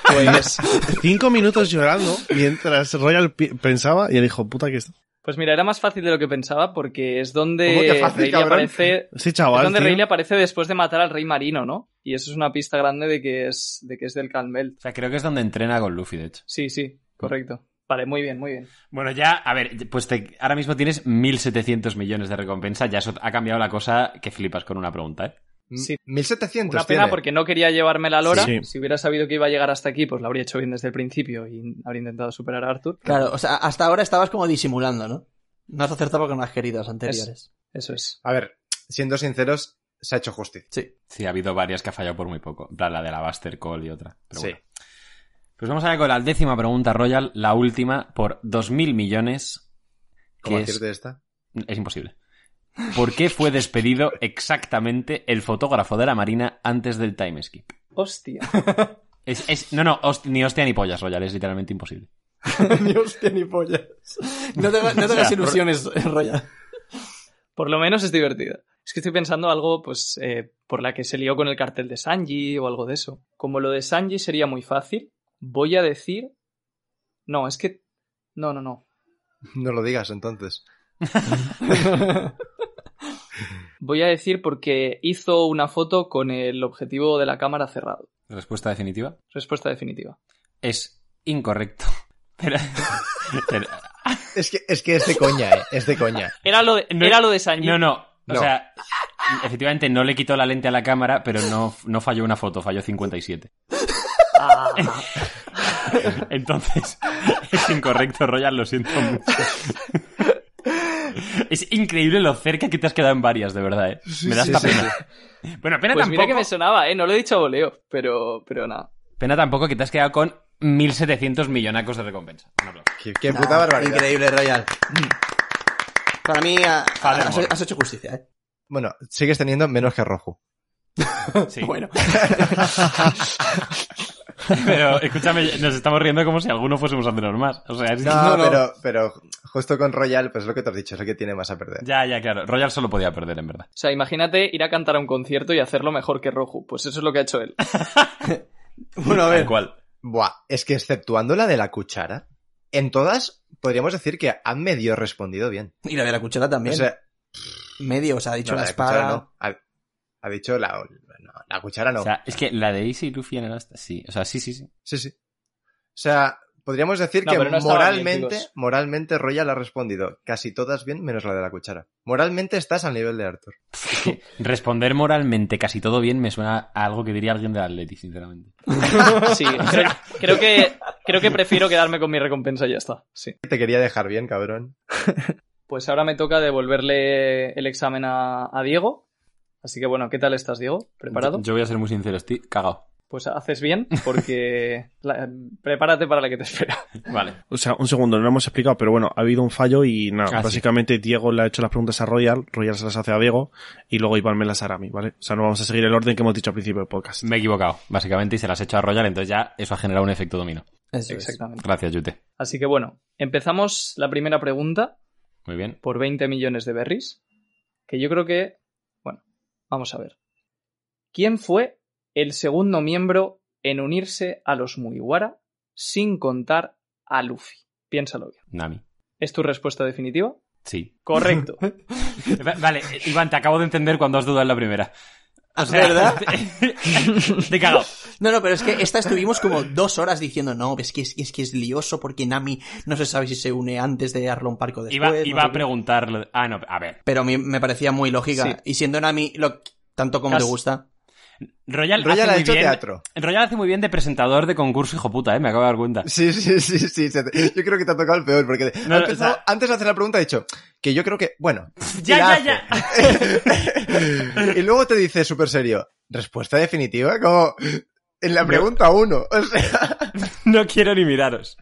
Pues, Cinco minutos llorando mientras Royal pi- pensaba y él dijo, puta que esto. pues mira, era más fácil de lo que pensaba porque es donde ¿Cómo que fácil, Rayleigh cabrón? aparece Sí, Es chaval. donde tío. Rayleigh aparece después de matar al rey marino, ¿no? Y eso es una pista grande de que es, de que es del Calmel. O sea, creo que es donde entrena con Luffy, de hecho. Sí, sí, correcto. Vale, muy bien, muy bien. Bueno, ya, a ver, pues te- ahora mismo tienes 1.700 millones de recompensa. Ya eso ha cambiado la cosa que flipas con una pregunta, ¿eh? Sí. 1700 Una pena tiene. porque no quería llevarme la lora. Sí. Si hubiera sabido que iba a llegar hasta aquí, pues lo habría hecho bien desde el principio y habría intentado superar a Arthur. Claro, o sea, hasta ahora estabas como disimulando, ¿no? No has acertado con las queridas anteriores. Eso es. A ver, siendo sinceros, se ha hecho justicia. [laughs] Sí. Sí, ha habido varias que ha fallado por muy poco. En plan, la de la Buster Call y otra. Pero Sí. bueno. Pues vamos allá con la décima pregunta, Royal. La última, por 2.000 millones. ¿Cómo que es- acierte esta? [laughs] Es imposible. ¿Por qué fue despedido exactamente el fotógrafo de la Marina antes del time skip? Hostia. [laughs] Es, es- no, no, host- ni hostia ni pollas, Royal, es literalmente imposible. ni hostia ni pollas. No te, no te hagas ilusiones, Royal. Por lo menos es divertido. Es que estoy pensando algo, pues, eh, por la que se lió con el cartel de Sanji o algo de eso. Como lo de Sanji sería muy fácil, voy a decir. No, es que. No, no, no. No lo digas entonces. Voy a decir porque hizo una foto con el objetivo de la cámara cerrado. Respuesta definitiva. Respuesta definitiva. Es incorrecto. [laughs] Pero, pero- Es que, es que es de coña, eh. Es de [laughs] coña. Era lo de, No, era lo de Sanji. no, no. O No. sea, efectivamente no le quitó la lente a la cámara, pero no, no falló una foto, falló 57. [laughs] Ah, Entonces, es incorrecto, Royal, lo siento mucho. Es increíble lo cerca que te has quedado en varias, de verdad, ¿eh? me da sí, hasta sí, pena. Bueno, pena Pues mira tampoco. que me sonaba, ¿eh? No lo he dicho a voleo, pero, pero nada. Pena tampoco que te has quedado con 1.700 millonacos de recompensa. Un aplauso. Qué, qué Nah, puta barbaridad. Increíble, Royal. Para mí, ah, Padre has, amor. has hecho justicia, ¿eh? Bueno, sigues teniendo menos que Rojo. Sí. Bueno, [laughs] Pero escúchame, nos estamos riendo como si alguno fuésemos anterior más. O sea, es- No, No, no. Pero, pero justo con Royal, pues es lo que te has dicho, es lo que tiene más a perder. Ya, ya, claro. Royal solo podía perder, en verdad. O sea, imagínate ir a cantar a un concierto y hacerlo mejor que Roju. Pues eso es lo que ha hecho [laughs] él. bueno, a Tal ver. cual. Buah, es que exceptuando la de la cuchara, en todas podríamos decir que han medio respondido bien. Y la de la cuchara también. O sea, Medio, o sea, ha dicho no, la de cuchara espada. no. Ha, ha dicho la, no, la cuchara no. O sea, es que la de Easy y Luffy en el hasta. Sí, o sea, sí, sí, sí. sí, sí. O sea, podríamos decir No, que pero no estaba bien, moralmente, chicos. moralmente Royal ha respondido casi todas bien, menos la de la cuchara. Moralmente estás al nivel de Arthur. Responder moralmente casi todo bien me suena a algo que diría alguien de Atleti, sinceramente. Sí, creo, creo que, creo que prefiero quedarme con mi recompensa y ya está. Sí. Te quería dejar bien, cabrón. Pues ahora me toca devolverle el examen a, a Diego. Así que bueno, ¿qué tal estás, Diego? ¿Preparado? Yo voy a ser muy sincero, estoy cagado. Pues haces bien, porque la- prepárate para la que te espera. Vale. O sea, un segundo, no lo hemos explicado, pero bueno, ha habido un fallo y nada, Ah, sí. básicamente Diego le ha hecho las preguntas a Royal, Royal se las hace a Diego y luego Iván me las hará a mí, ¿vale? O sea, no vamos a seguir el orden que hemos dicho al principio del podcast. Me he equivocado, básicamente, y se las he hecho a Royal, entonces ya eso ha generado un efecto dominó. Pues, Eso es. Exactamente. Gracias, Yute. Así que bueno, empezamos la primera pregunta Muy bien. por 20 millones de berries. Que yo creo que. Bueno, vamos a ver. ¿Quién fue el segundo miembro en unirse a los Mugiwara sin contar a Luffy? Piénsalo bien. Nami. ¿Es tu respuesta definitiva? Sí. Correcto. Va- Vale, Iván, te acabo de entender cuando has dudado en la primera. Ah, [laughs] ¿Verdad? Te he cagado. No, no, pero es que esta estuvimos como dos horas diciendo, no, es que es, es que es lioso porque Nami no se sabe si se une antes de Arlon Parco después. Iba, no iba sé a qué. preguntarlo. Ah, no, a ver. Pero a mí me parecía muy lógica. Sí. Y siendo Nami lo, tanto como Casi. te [laughs] gusta. Royal, Royal hace ha muy hecho bien- teatro. Royal hace muy bien de presentador de concurso, hijo puta, eh, me acabo de dar [laughs] cuenta. Sí, sí, sí, sí. se te- Yo creo que te ha tocado el peor, porque No, ha no, empezado- o sea- antes de hacer la pregunta ha dicho que yo creo que, bueno, Ya, la ya, hace. ya. [laughs] y luego te dice súper serio, respuesta definitiva, como en la pregunta uno. O sea, No quiero ni miraros.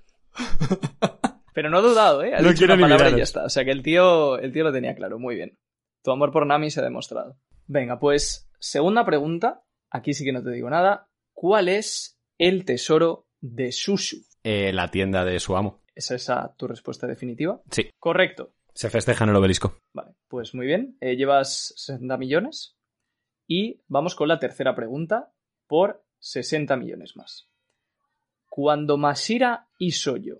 Pero no ha dudado, ¿eh? Ha No dicho quiero una ni palabra y miraros. ya está. O sea que el tío, el tío lo tenía claro, muy bien. Tu amor por Nami se ha demostrado. Venga, pues, segunda pregunta. Aquí sí que no te digo nada. ¿Cuál es el tesoro de Sushu? Eh, la tienda de su amo. ¿Es esa tu respuesta definitiva? Sí. Correcto. Se festeja en el obelisco. Vale, pues muy bien. Eh, llevas 60 millones. Y vamos con la tercera pregunta por 60 millones más. Cuando Masira y Soyo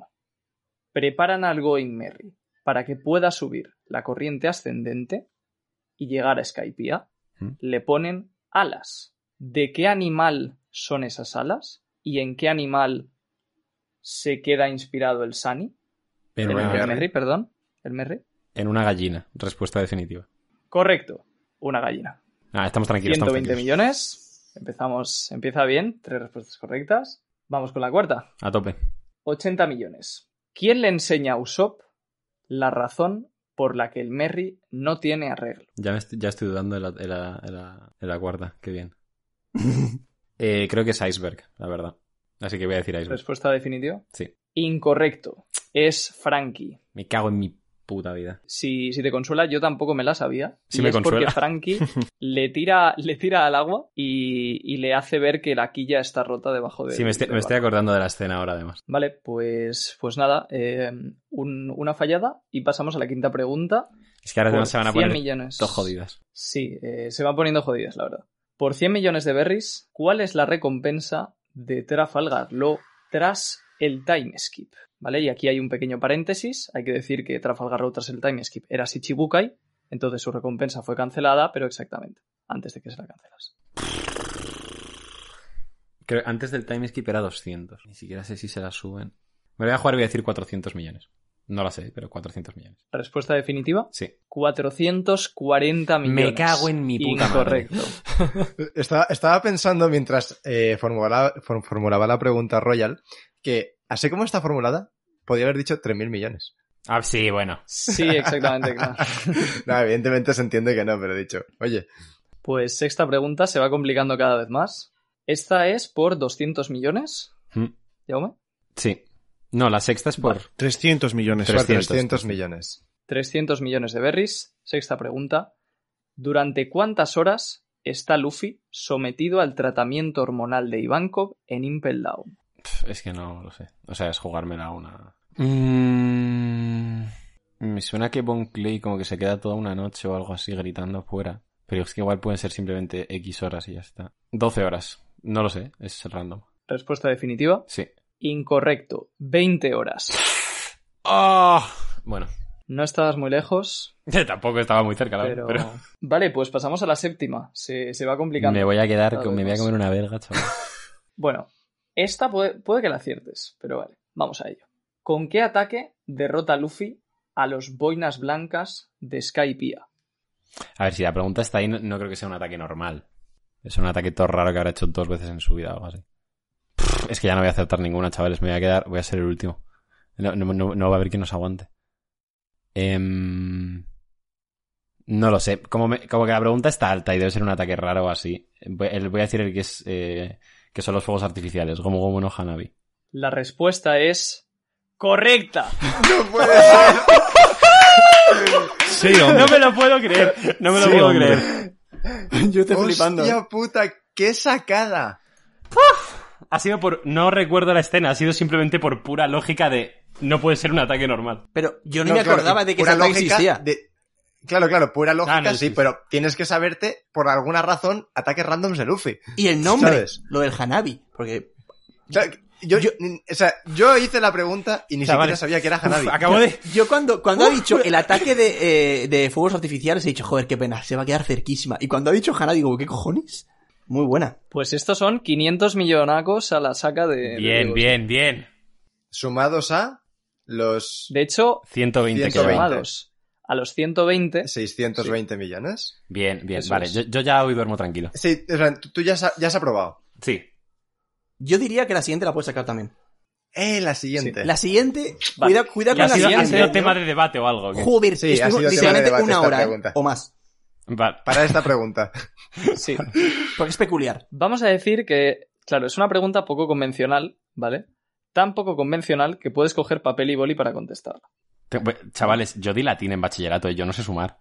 preparan al Going Merry para que pueda subir la corriente ascendente y llegar a Skypiea, ¿Mm? le ponen alas. ¿De qué animal son esas alas? ¿Y en qué animal se queda inspirado el Sani? En El, una, el Merry, perdón. El Merry. en una gallina. Respuesta definitiva. Correcto. Una gallina. Ah, estamos tranquilos. estamos 120 tranquilos. millones. Empezamos, empieza bien, tres respuestas correctas. Vamos con la cuarta. A tope. 80 millones. ¿Quién le enseña a Usopp la razón por la que el Merry no tiene arreglo? Ya, me estoy, ya estoy dudando en la, en la- en la- en la cuarta. Qué [laughs] bien. Eh, creo que es iceberg, la verdad. Así que voy a decir iceberg. Respuesta definitiva. Sí. Incorrecto. Es Frankie. Me cago en mi puta vida. Si, si te consuela, yo tampoco me la sabía. Sí y me es consuela. porque Frankie [laughs] le tira, le tira al agua y, y le hace ver que la quilla está rota debajo de Sí, me estoy, del me estoy barco. acordando de la escena ahora, además. Vale, pues, pues nada, eh, un- una fallada y pasamos a la quinta pregunta. Es que ahora Por se van a 100 poner millones. todo jodidas. Sí, eh, se van poniendo jodidas, la verdad. Por 100 millones de berries, ¿cuál es la recompensa de Trafalgar Law tras el time skip? Vale, y aquí hay un pequeño paréntesis. Hay que decir que Trafalgar Law tras el time skip era Shichibukai, entonces su recompensa fue cancelada, pero exactamente, antes de que se la cancelas. Creo- antes del time skip era 200. Ni siquiera sé si se la suben. Me voy a jugar y voy a decir 400 millones. No la sé, pero 400 millones. Respuesta definitiva, Sí. 440 millones. Me cago en mi puta madre. Incorrecto. estaba, estaba pensando mientras eh, formulaba, [laughs] for- formulaba la pregunta Royal que, así como está formulada, podría haber dicho 3.000 millones. Ah, sí, bueno. Sí, exactamente. claro. No, evidentemente se entiende que no, pero he dicho, oye, Pues sexta pregunta se va complicando cada vez más. Esta es por 200 millones. Mm, Jaume. Sí. No, la sexta es por... 300 millones. 300. 400 millones. 300 millones de berries. Sexta pregunta. ¿Durante cuántas horas está Luffy sometido al tratamiento hormonal de Ivankov en Impel Down? Pf, Es que no lo sé. O sea, es jugármela una... Mm, me suena que Bon Clay como que se queda toda una noche o algo así gritando afuera. Pero es que igual pueden ser simplemente X horas y ya está. 12 horas. No lo sé, es random. Respuesta definitiva. Sí. Incorrecto. 20 horas. Ah, Bueno, No estabas muy lejos, tampoco estaba muy cerca, la verdad, pero... Vale, pues pasamos a la séptima. Se, se va pero... complicando. Me voy a quedar, Cada con- me voy a vez más. comer una verga, chaval. Bueno, esta puede, puede que la aciertes, pero vale, vamos a ello. ¿Con qué ataque derrota Luffy a los boinas blancas de Skypiea? A ver, si la pregunta está ahí, no, no creo que sea un ataque normal. Es un ataque todo raro que habrá hecho dos veces en su vida o algo así. Pff, Es que ya no voy a acertar ninguna, chavales. Me voy a quedar, voy a ser el último. No, no- no- no va a haber quien nos aguante. Em, no lo sé. Como, me- como que la pregunta está alta y debe ser un ataque raro o así. Voy, el- voy a decir el que es eh, que son los fuegos artificiales, como Gomu no Hanabi. La respuesta es correcta. Sí, [laughs] hombre. me lo puedo creer. No me lo puedo creer. Yo estoy ¡Hostia puta! ¡Qué sacada! Ha sido por. No recuerdo la escena, ha sido simplemente por pura lógica de. No puede ser un ataque normal. Pero yo no, No, me claro, acordaba de que pura esa lógica lógica existía. de- Claro, claro, pura lógica, Ah, no, sí, sí. pero tienes que saberte, por alguna razón, ataques randoms de Luffy. Y el nombre, ¿Sabes? lo del Hanabi. Porque O sea, yo, Yo- ni- o sea, yo hice la pregunta y ni siquiera Chavales. sabía que era Hanabi. Acabo de. yo cuando, cuando ha dicho el ataque de, eh, de fuegos artificiales he dicho, joder, qué pena, se va a quedar cerquísima. Y cuando ha dicho Hanabi, digo, ¿qué cojones? Muy buena. Pues estos son 500 millonacos a la saca de... de Bien, Diego. bien, bien. Sumados a los De hecho, 120 que 120. lleva. sumados a los [laughs] 120, 620 millones. Bien, bien. Eso vale, es. yo, yo ya hoy duermo tranquilo. Sí, o sea, tú, tú ya, sa- ya has aprobado. Sí. Yo diría que la siguiente la puedes sacar también. Eh, la siguiente. La siguiente, Vale. cuida, cuida Y con Ha la sido, ha siguiente. sido ¿eh? tema de debate o algo. ¿qué? Joder, Sí, ha estuvimos sido tema de literalmente debate una esta hora ¿eh? pregunta. o más. Va- Para esta pregunta. sí. Porque es [laughs] peculiar. Vamos a decir que, claro, es una pregunta poco convencional, ¿vale? Tan poco convencional que puedes coger papel y boli para contestarla. te- bu- Chavales, yo di latín en bachillerato y yo no sé sumar.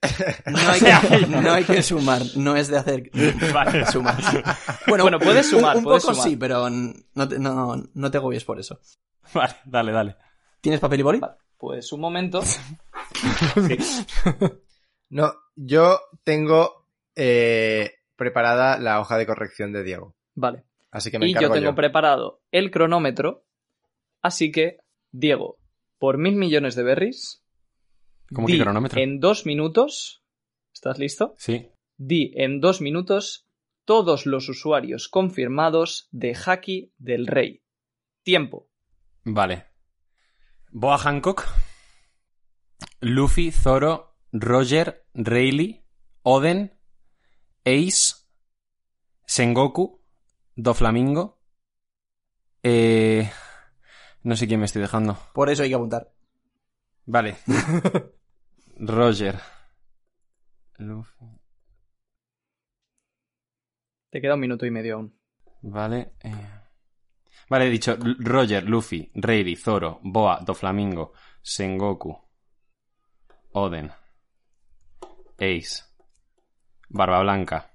[laughs] No hay, que, no hay que sumar, no es de hacer [laughs] Vale. sumar. Bueno, puedes un- sumar, Un, puedes poco sumar. sí, pero n- no te, no, no te agobies por eso. Vale, dale, dale. ¿Tienes papel y boli? Vale, pues un momento. No, yo tengo eh, preparada la hoja de corrección de Diego. Vale. Así que me Y yo encargo tengo yo. preparado el cronómetro. Así que, Diego, por mil millones de berries. ¿Cómo di que cronómetro? En dos minutos. ¿Estás listo? Sí. Di en dos minutos todos los usuarios confirmados de Haki del Rey. Tiempo. Vale. Boa Hancock, Luffy, Zoro, Roger, Rayleigh, Oden, Ace, Sengoku, Doflamingo. Eh, no sé quién me estoy dejando. Por eso hay que apuntar. Vale. Roger. Luffy. Te queda un minuto y medio aún. Vale. eh. Vale, he dicho L- Roger, Luffy, Rayleigh, Zoro, Boa, Doflamingo, Sengoku, Oden, Ace, Barba Blanca,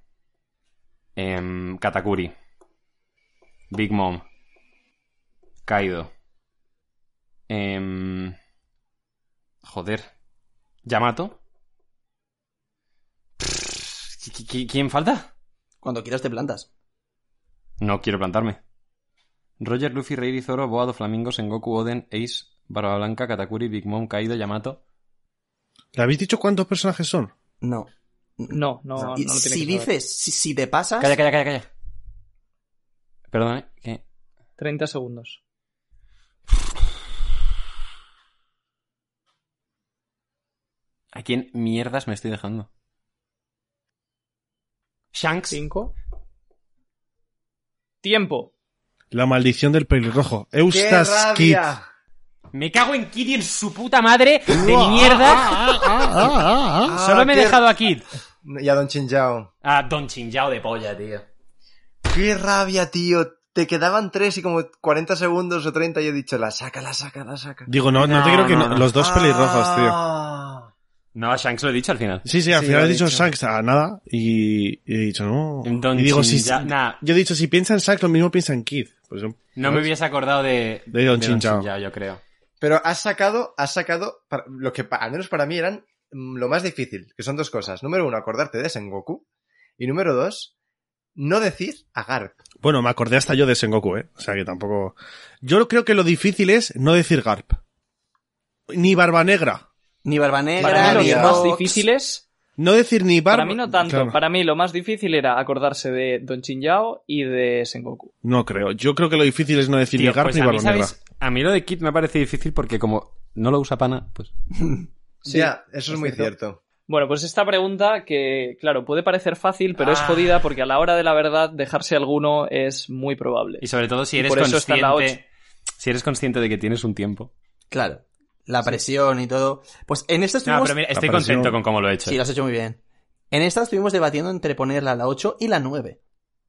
em, Katakuri, Big Mom, Kaido, em, joder, Yamato. Pff, ¿qui- qui- ¿Quién falta? Cuando quieras te plantas. No quiero plantarme. Roger, Luffy, Rey, Zoro, Boado, Flamingo, Sengoku, Oden, Ace, Barba Blanca, Katakuri, Big Mom, Kaido, Yamato. ¿Le habéis dicho cuántos personajes son? No. No, no, no. Y no lo tiene si que saber. dices, si, si te pasas, Calla, calla, calla, calla. Perdón, ¿eh? ¿Qué? 30 segundos. ¿A quién mierdas me estoy dejando? Shanks. 5. Tiempo. La maldición del pelirrojo. ¡Qué Eustace Kid. rabia! Me cago en Kid y en su puta madre de Ah, mierda. Solo me he Ah, qué- dejado a Kid. Y a Don Chinchao. ah, A Don Chinchao de polla, tío. ¡Qué rabia, tío! Te quedaban tres y como 40 segundos o 30 y he dicho, la saca, la saca, la saca. Digo, no, no, te creo que no- los dos pelirrojos, tío. Ah. No, Shanks lo he dicho al final. Sí, sí, al Sí, final lo he he dicho dicho. Shanks a nada y, y he dicho no. Don y digo, si, Chinchao- nah. yo he dicho, si piensa en Shanks, lo mismo piensa en Kid. Pues, No me hubiese acordado de, De Don Chinchao. yo creo. Pero has sacado, has sacado para- lo que pa- al menos para mí eran mm, lo más difícil, que son dos cosas. Número uno, acordarte de Sengoku. Y número dos, no decir a Garp. Bueno, me acordé hasta yo de Sengoku, ¿eh? O sea que tampoco... Yo creo que lo difícil es no decir Garp. Ni Barba Negra. Ni Barba Negra, Para mí ni los Gracias. más Vox. difíciles, No decir ni Barba... para mí no tanto, Claro, para mí lo más difícil era acordarse de Don Chingyao y de Sengoku. No creo. Yo creo que lo difícil es no decir Tío, ni Garp pues ni a, Barba mí, Negra. ¿sabéis? a mí lo de Kid me parece difícil porque como no lo usa pana, pues... Sí, ya, eso es muy cierto. Bueno, pues esta pregunta que, claro, puede parecer fácil, pero Ah. es jodida porque a la hora de la verdad dejarse alguno es muy probable. Y sobre todo si Y eres por eso está en la consciente... Si eres consciente de que tienes un tiempo. Claro. La presión y todo. Pues en esta No, estuvimos... Ah, pero mira, estoy La presión. contento con cómo lo he hecho. Sí, lo has hecho muy bien. En esta estuvimos debatiendo entre ponerla a la 8 y la 9.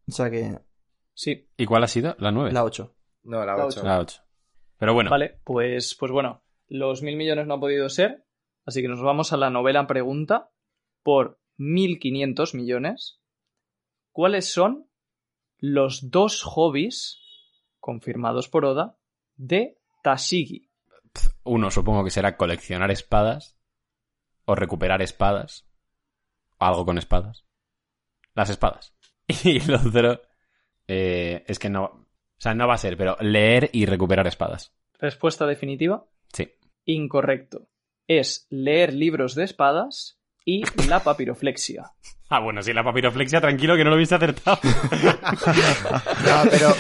O sea que Sí, ¿Y cuál ha sido? La 9. la 8. No, la La 8. La 8. Pero bueno, vale, pues, pues bueno, los mil millones no han podido ser, así que nos vamos a la novela pregunta por 1.500 millones. ¿Cuáles son los dos hobbies confirmados por Oda de Tashigi? uno supongo que será coleccionar espadas o recuperar espadas. O algo con espadas. Las espadas. [laughs] Y el otro eh, es que no... O sea, no va a ser, pero leer y recuperar espadas. Respuesta definitiva. Sí. Incorrecto. Es leer libros de espadas y la papiroflexia. Ah, bueno, sí, la papiroflexia, tranquilo, que no lo hubiese acertado. No, pero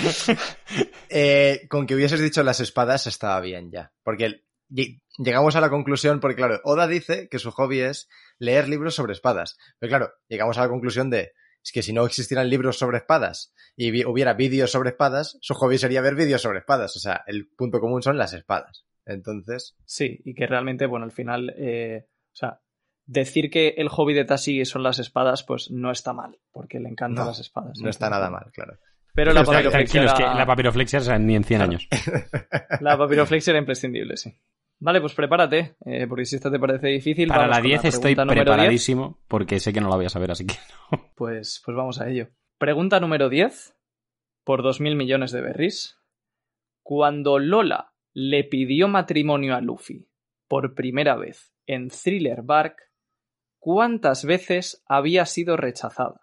eh, con que hubieses dicho las espadas estaba bien ya. Porque el- lleg- llegamos a la conclusión, porque claro, Oda dice que su hobby es leer libros sobre espadas. Pero claro, llegamos a la conclusión de es que si no existieran libros sobre espadas y vi- hubiera vídeos sobre espadas, su hobby sería ver vídeos sobre espadas. O sea, el punto común son las espadas. Entonces, Sí, y que realmente, bueno, al final, eh, o sea, decir que el hobby de Tashi son las espadas, pues no está mal, porque le encantan No, las espadas. no está nada mal, claro. Pero la papiroflexia, Tranquilos, que era, la papiroflexia o sea, ni en 100 años. la papiroflexia era imprescindible, sí. Vale, pues prepárate, eh, porque si esta te parece difícil... Para vamos la con 10 estoy pregunta número 10. preparadísimo porque sé que no la voy a saber, así que... [laughs] Pues, pues vamos a ello. Pregunta número 10, por 2.000 millones de berries. Cuando Lola le pidió matrimonio a Luffy por primera vez en Thriller Bark, ¿cuántas veces había sido rechazada?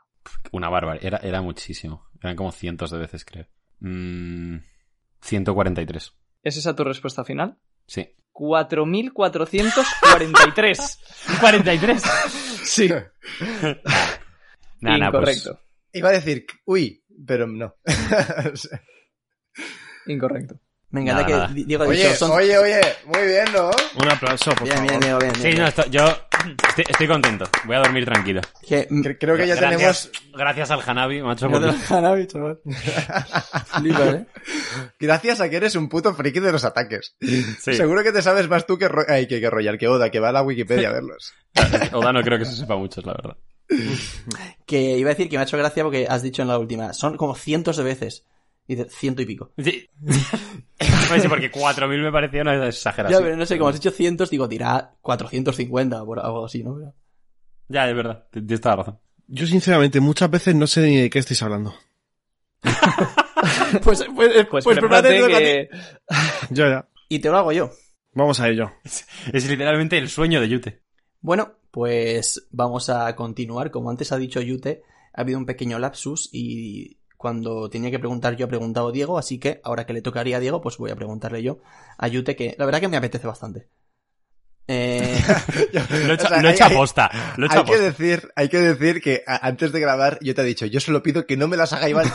Una bárbara. Era, era muchísimo. Eran como cientos de veces, creo. Mm, 143. ¿Es esa tu respuesta final? Sí. [laughs] 4.443. 43. Sí, Nada, pues, incorrecto. [laughs] Iba a decir, uy, pero no. [laughs] Incorrecto. Me encanta Nada, que nada. Di- Diego ha oye, dicho son... oye, oye, muy bien, ¿no? Un aplauso, por Bien, favor. bien, Diego, bien. bien, sí, bien. no, esto- yo estoy, estoy contento. Voy a dormir tranquilo. Que- Cre- Creo que ya tenemos gracias, gracias al Hanabi, macho. No te porque- lo [laughs] han habido, chaval. Flipa, ¿eh? Gracias a que eres un puto friki de los ataques. Sí. Seguro que te sabes más tú que, Ro- ay, que, que Royal, que Oda, que va a la Wikipedia [laughs] a verlos. Oda no creo que se sepa mucho, la verdad. Que iba a decir que me ha hecho gracia porque has dicho en la última. Son como cientos de veces. Y de- ciento y pico. Sí. Pues sí, porque 4.000 me parecía una ya, exageración. pero no sé, como has dicho cientos, digo, dirá 450 o por algo así, ¿no? Pero- Ya, es verdad. T- Tienes toda la razón. Yo, sinceramente, muchas veces no sé ni de qué estáis hablando. [laughs] Pues, pues, Pues, pues prepárate prepárate tú, que... Ya, ya. Y te lo hago yo. Vamos a ello. Es literalmente el sueño de Yute. Bueno, pues vamos a continuar. Como antes ha dicho Yute, ha habido un pequeño lapsus y cuando tenía que preguntar yo ha preguntado Diego, así que ahora que le tocaría a Diego, pues voy a preguntarle yo a Yute, que la verdad que me apetece bastante. [laughs] Eh, Lo he hecho, O sea, lo he hay- hecho hay- aposta. Lo he hecho Hay que, aposta. decir, hay que decir que a- antes de grabar yo te he dicho, yo solo pido que no me las [laughs] haga Iván.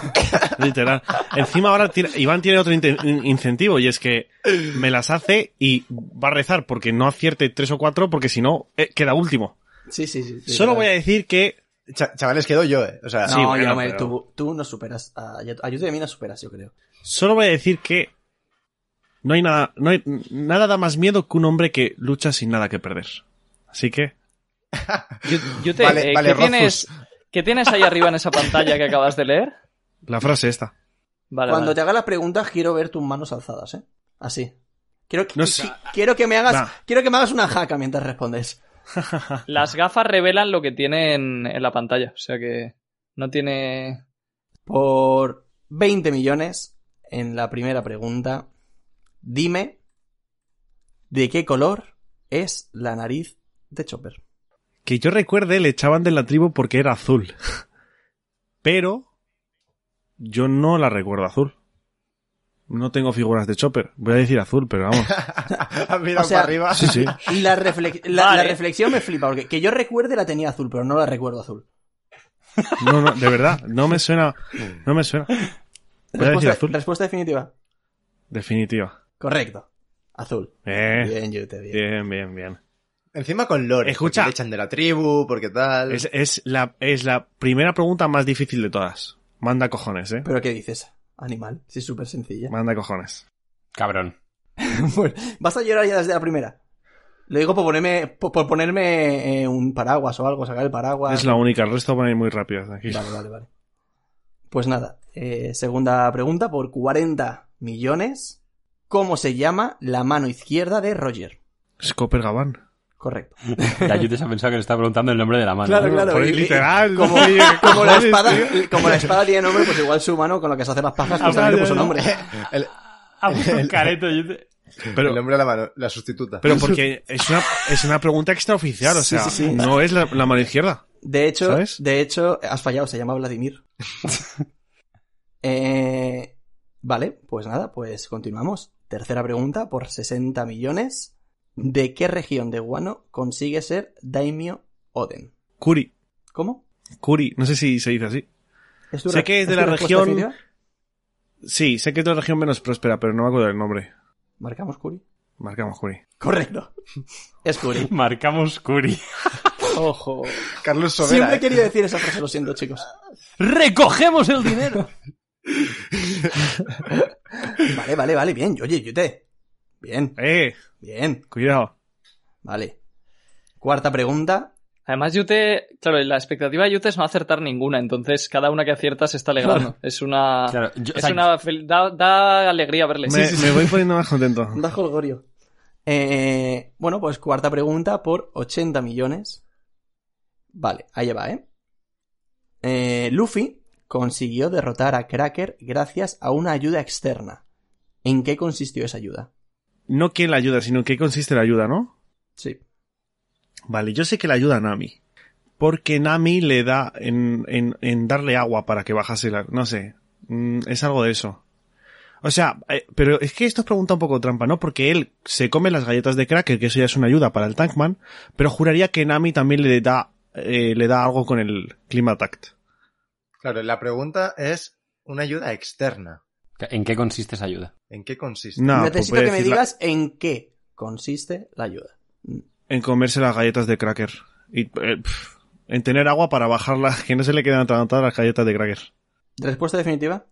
Literal. Encima ahora tiene- Iván tiene otro inte- in- incentivo y es que me las hace y va a rezar porque no acierte tres o cuatro porque si no eh, queda último. sí, sí, sí. sí, Solo claro. voy a decir que Cha- chavales, quedo yo, eh. O sea, No, Sí, bueno, yo me- pero- tú, tú no superas. A, a Yute y a mí no superas, yo creo. solo voy a decir que No hay nada, no hay, nada da más miedo que un hombre que lucha sin nada que perder. Así que. Yo, yo te, Vale, eh, vale, ¿qué, Rufus. tienes, qué tienes ahí arriba en esa pantalla que acabas de leer? La frase esta. Vale, Cuando vale. te haga las preguntas, quiero ver tus manos alzadas, ¿eh? Así. Quiero que, No sé. qui- quiero que me hagas. Va. Quiero que me hagas una jaca mientras respondes. Las gafas revelan lo que tiene en, en la pantalla. O sea que no tiene. Por 20 millones, en la primera pregunta, dime de qué color es la nariz de Chopper. Que yo recuerde, le echaban de la tribu porque era azul. Pero. Yo no la recuerdo azul. No tengo figuras de Chopper. Voy a decir azul, pero [laughs] vamos. [laughs] Ha mirado O sea, para arriba. Sí, sí. La, reflex- la- Vale. la reflexión me flipa, porque que yo recuerde la tenía azul, pero no la recuerdo azul. No, no, de verdad. No me suena. No me suena. Voy a decir Respuesta, azul. respuesta definitiva. Definitiva. Correcto. Azul. Eh. Bien, Yute, bien. Bien, bien, bien. Encima con Lore. Escucha. porque Le echan de la tribu, porque tal. Es, es la, es la primera pregunta más difícil de todas. Manda cojones, eh. Pero ¿qué dices? Animal, sí, es súper sencilla. Manda cojones. Cabrón. [laughs] Bueno, Vas a llorar ya desde la primera. Lo digo por ponerme, por, por ponerme eh, un paraguas o algo, sacar el paraguas. Es la única, el resto van a ir muy rápido. tranquilo. Vale, vale, vale. Pues nada, eh, segunda pregunta por 40 millones. ¿Cómo se llama la mano izquierda de Roger? Es Copper Gabán. Correcto. Dayutes ha pensado que le está preguntando el nombre de la mano. [laughs] Claro, claro. Por y- el y- literal. como, ¿no? Oye, como la [laughs] cojones, espada, eh, tío. como la espada tiene nombre, pues igual su mano con la que se hace las pajas, pues Ah, también le ya, puso ya. nombre. [laughs] El, Ha puesto un careto, Yute. el Pero, hombre a la mano, la sustituta. pero porque es una, es una pregunta extraoficial, o Sí, sea, sí, sí. no es la, la mano izquierda. De hecho, ¿Sabes? de hecho, has fallado, se llama Vladimir. Eh, vale, pues nada, pues continuamos. Tercera pregunta por 60 millones. ¿De qué región de Guano consigue ser Daimyo Oden? Curi. ¿Cómo? Curi, no sé si se dice así. ¿Es Sé re- que es de tu la respuesta región- definitiva? Sí, sé que es de la región menos próspera, pero no me acuerdo del nombre. Marcamos Curi. Marcamos Curi. Correcto. Es Curi. Marcamos Curi. Ojo. Carlos Sobera. Siempre he eh. querido decir esa frase, lo siento, chicos. ¡Recogemos el dinero! Vale, vale, vale, bien. Oye, Yute. Bien, ¡Eh! bien. Cuidado. Vale. Cuarta pregunta. Además, Yute, claro, la expectativa de Yute es no acertar ninguna, entonces cada una que acierta se está alegrando. Es una. Claro, yo- o es sea, una fel- da, da alegría verle. me, me voy poniendo más contento. Da jolgorio. Eh, bueno, pues cuarta pregunta por 80 millones. Vale, ahí va, ¿eh? Eh, Luffy consiguió derrotar a Cracker gracias a una ayuda externa. ¿En qué consistió esa ayuda? No quién la ayuda, sino en qué consiste la ayuda, ¿no? Sí. Vale, yo sé que le ayuda a Nami. Porque Nami le da en, en, en darle agua para que bajase la... No sé. Mm, es algo de eso. O sea, eh, pero es que esto es pregunta un poco trampa, ¿no? Porque él se come las galletas de cracker, que eso ya es una ayuda para el Tankman, pero juraría que Nami también le da, eh, le da algo con el Climatact. Claro, la pregunta es una ayuda externa. ¿En qué consiste esa ayuda? ¿En qué consiste? No, pues Necesito voy a que me decir la- digas en qué consiste la ayuda. en comerse las galletas de cracker. Y, eh, pf, en tener agua para bajarlas, [laughs] que no se le quedan atragantadas las galletas de cracker. ¿Respuesta definitiva?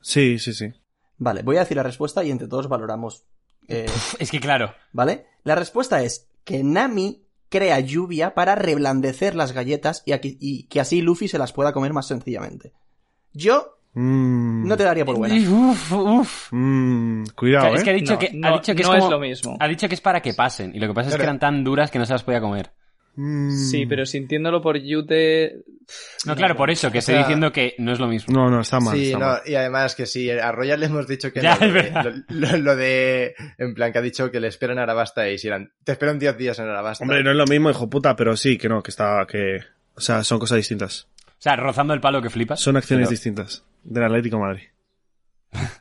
Sí, sí, sí. Vale, voy a decir la respuesta y entre todos valoramos. eh, [laughs] Es que claro. ¿Vale? La respuesta es que Nami crea lluvia para reblandecer las galletas y, aquí- y que así Luffy se las pueda comer más sencillamente. Yo Mm. no te daría por buena. Uf, uf. Mmm, cuidado, es que ha ¿eh? dicho No, que, ha no- dicho que no es, es como- lo mismo. Ha dicho que es para que pasen. Y lo que pasa es que Pero- eran tan duras que no se las podía comer. Mm. Sí, pero sintiéndolo por Yute. No, claro, por eso, que estoy sea- diciendo que no es lo mismo. No, no, está mal, sí, está no, mal. y además que sí, a Royal le hemos dicho que Ya, es no, lo, de, verdad. lo- lo- lo de- en plan, que ha dicho que le esperan a Arabasta y si eran, te esperan 10 días en Arabasta. Hombre, no es lo mismo, hijo puta, pero sí, que no, que está, que... O sea, son cosas distintas. O sea, rozando el palo que flipas. Son acciones Pero- distintas. Del Atlético de Madrid.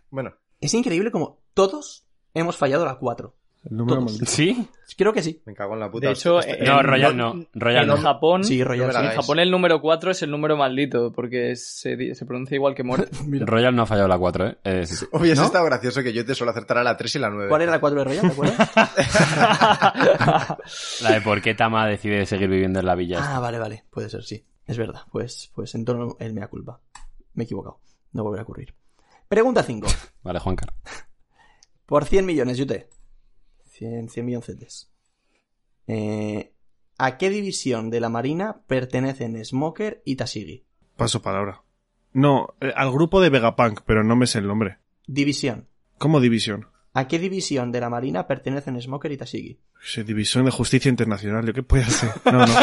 Bueno, Es increíble como todos hemos fallado la 4. El número Todos. maldito. ¿Sí? Creo que sí. me cago en la puta. De hecho, en- No, Royal no. Royal en no. Japón. Sí, Eh, No Royal. Mm. me la sí. En hagáis. Japón el número 4 es el número maldito, porque se, di- se pronuncia igual que muerte. Royal no ha fallado la 4, ¿eh? Eh, sí, sí. Hubiese ¿No? estado gracioso que yo te suelo acertar a la 3 y la 9. ¿Cuál era la 4 de Royal? ¿Te acuerdas? La de por qué Tama decide seguir viviendo en la villa. ah, vale, vale. Puede ser, sí. Es verdad. Pues, pues en torno él me [laughs] da [laughs] culpa. Me he equivocado. No volverá a ocurrir. Pregunta 5. Vale, Juan Por 100 millones, Yute. 100, 100 milloncetes. Eh, ¿A qué división de la Marina pertenecen Smoker y Tashigi? Paso palabra. No, eh, al grupo de Vegapunk, pero no me sé el nombre. División. ¿Cómo división? ¿A qué división de la Marina pertenecen Smoker y Tashigi? Sí, división de Justicia Internacional, ¿yo qué puede hacer? No, no.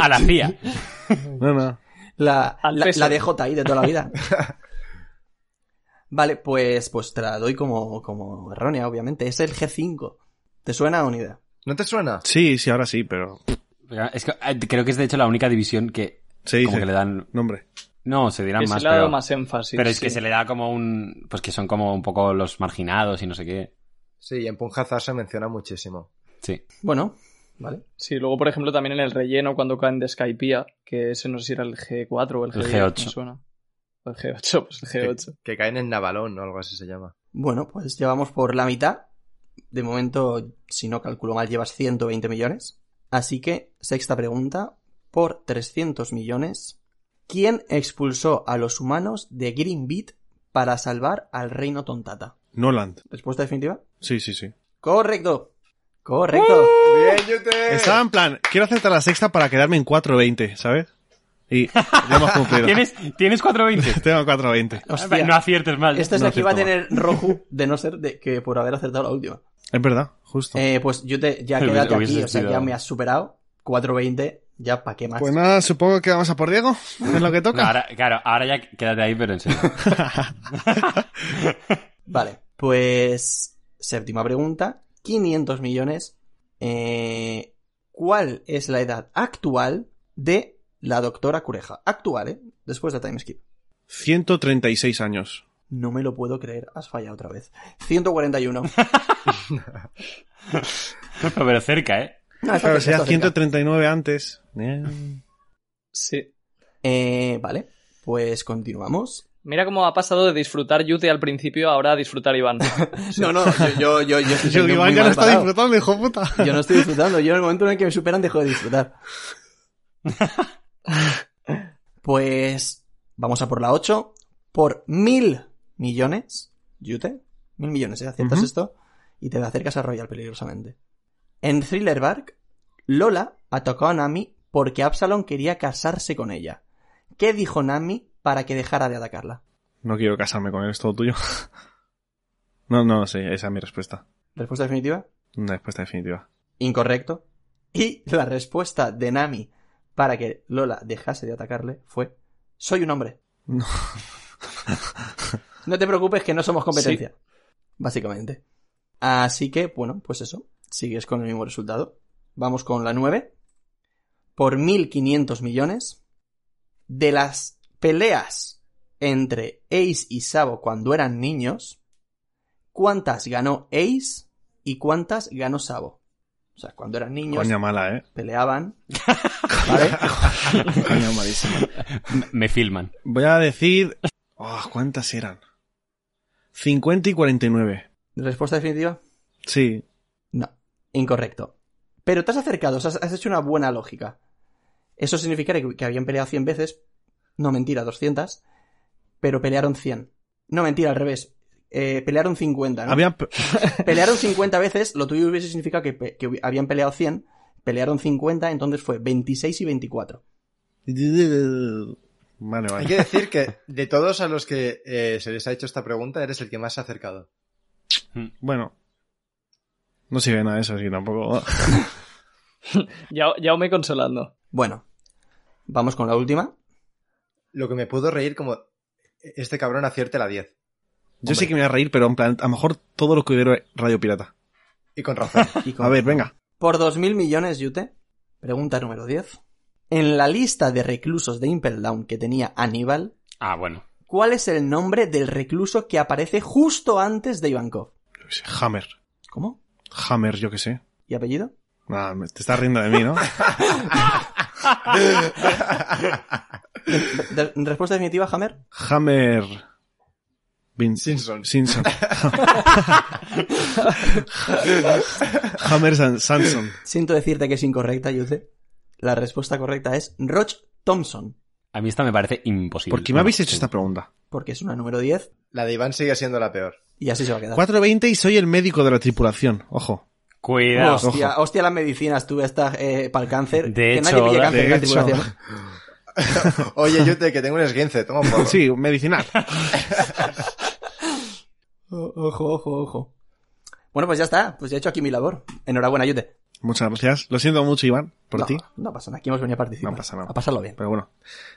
[laughs] A la CIA. No, no. La, Al la, peso. la DJ ahí de toda la [laughs] vida. vale, pues, pues te la doy como, como errónea, obviamente. Es el G5. ¿Te suena, Unida? ¿No te suena? Sí, sí, ahora sí, pero. Es que, eh, creo que es de hecho la única división que Se dice. como que le dan... Nombre. No, se dirán Que se más, le ha dado pero, más énfasis. pero es que sí. se le da como un... Pues que son como un poco los marginados y no sé qué. Sí, en Punjazar se menciona muchísimo. Sí. Bueno, vale. Sí, luego, por ejemplo, también en el relleno cuando caen de Skypiea, que ese no sé si era el G4 o el, El G10, G8. me suena. O el G8, [laughs] pues el G8. Que caen en Navalón o algo así se llama. Bueno, pues llevamos por la mitad. De momento, si no calculo mal, llevas 120 millones. Así que, sexta pregunta, por 300 millones, ¿quién expulsó a los humanos de Green Beat para salvar al reino Tontata? Noland. ¿Respuesta definitiva? Sí, sí, sí. Correcto. Correcto. ¡Bien, Yute! Estaba en plan, quiero aceptar la sexta para quedarme en 4.20, ¿sabes? Y ya hemos [laughs] cumplido. ¿Tienes, ¿tienes [laughs] 420? Tengo 4.20. Hostia. No aciertes mal. Esta es la No que iba a acertaba. tener Roju, de no ser de que por haber acertado la última. Es verdad, justo. Eh, pues yo [laughs] te, ya Hubiese- quédate aquí, hubiese o sea, sido- ya me has superado. 4.20, ya pa' qué más. pues nada, supongo que vamos a por Diego. Es lo que No, toca. ahora, claro, ahora ya quédate ahí, pero en [laughs] serio. Vale, pues séptima pregunta, 500 millones. Eh, ¿Cuál es la edad actual de la doctora Cureja? Actual, ¿eh? Después de Time Skip. 136 años. No me lo puedo creer, has fallado otra vez. [laughs] 141. No, pero cerca, ¿eh? No, está cerca, Claro, sería está cerca. 139 antes. Eh, Sí. Eh, vale, pues continuamos. Mira cómo ha pasado de disfrutar Yute al principio ahora a disfrutar Iván. No, no, yo, yo, yo, yo estoy [laughs] Yo muy que Iván ya no mal está parado. disfrutando, hijo puta. Yo no estoy disfrutando. Yo en el momento en el que me superan dejo de disfrutar. [laughs] Pues vamos a por la 8. Por mil millones. Yute. Mil millones, ¿eh? Aciertas Ujú. esto. Y te acercas a Royal peligrosamente. En Thriller Bark, Lola atacó a Nami porque Absalom quería casarse con ella. ¿Qué dijo Nami para que dejara de atacarla? No quiero casarme con él, es todo tuyo. No, no, sí, esa es mi respuesta. Respuesta definitiva. Una respuesta definitiva. Incorrecto. Y la respuesta de Nami para que Lola dejase de atacarle fue: Soy un hombre. No. No te preocupes que no somos competencia. Básicamente. Así que, bueno, pues eso. Sigues con el mismo resultado. Vamos con la 9. Por 1.500 millones. De las peleas entre Ace y Sabo cuando eran niños, ¿cuántas ganó Ace y cuántas ganó Sabo? O sea, cuando eran niños Coña mala, eh. peleaban. ¿Vale? Coña malísima. Me- Me filman. Voy a decir. Oh, ¿Cuántas eran? 50 y 49. ¿Respuesta definitiva? Sí. No, incorrecto. Pero te has acercado, o sea, has hecho una buena lógica. Eso significaría que- que habían peleado 100 veces, no mentira, 200, pero pelearon 100. No mentira, al revés. Eh, pelearon 50, ¿no? Había. Pelearon 50 veces, lo tuyo hubiese significado que, pe- que hubi- habían peleado 100, pelearon 50, entonces fue 26 y 24. [laughs] Vale, Hay vale. que decir que de todos a los que eh, se les ha hecho esta pregunta, eres el que más se ha acercado. Bueno. No sirve nada de eso, sí, tampoco. ya, ya me consolando. Bueno, vamos con la última. Lo que me pudo reír como "E-, este cabrón acierte la 10. Yo sé que me voy a reír, pero en plan, a lo mejor todo lo que hubiera Radio Pirata. Y con razón. Y con- A ver, venga. Por 2.000 millones, Yute. Pregunta número 10. En la lista de reclusos de Impel Down que tenía Aníbal, Ah, bueno. ¿cuál es el nombre del recluso que aparece justo antes de Ivankov? Yo qué sé, Hammer. ¿Cómo? Hammer, yo qué sé. ¿Y apellido? Ah, me- te estás riendo de [laughs] mí, ¿no? De- ¿Respuesta definitiva, Hammer? Hammer. Vin- [laughs] Simpson. Simpson. Hammer San- Sanson. Siento decirte que es incorrecta, Yute. La respuesta correcta es Roch Thompson, A mí esta me parece imposible. ¿Por qué me habéis Bueno, hecho esta pregunta? porque es una número 10 La de Iván sigue siendo la peor. Y así se va a quedar. 4.20 y soy el médico de la tripulación. Ojo. Cuidado. Hostia, hostia las medicinas, tú, estas eh, para el cáncer. De que hecho, nadie pille cáncer de en la hecho. tripulación. Oye, Yute, que tengo un esguince, [laughs] toma un poco. Sí, medicinal. [laughs] O- Ojo, ojo, ojo. Bueno, pues ya está. Pues ya he hecho aquí mi labor. Enhorabuena, Yute. Muchas gracias. Lo siento mucho, Iván, por no, ti. No pasa nada. Aquí hemos venido a participar. No pasa nada. A pasarlo bien. Pero bueno,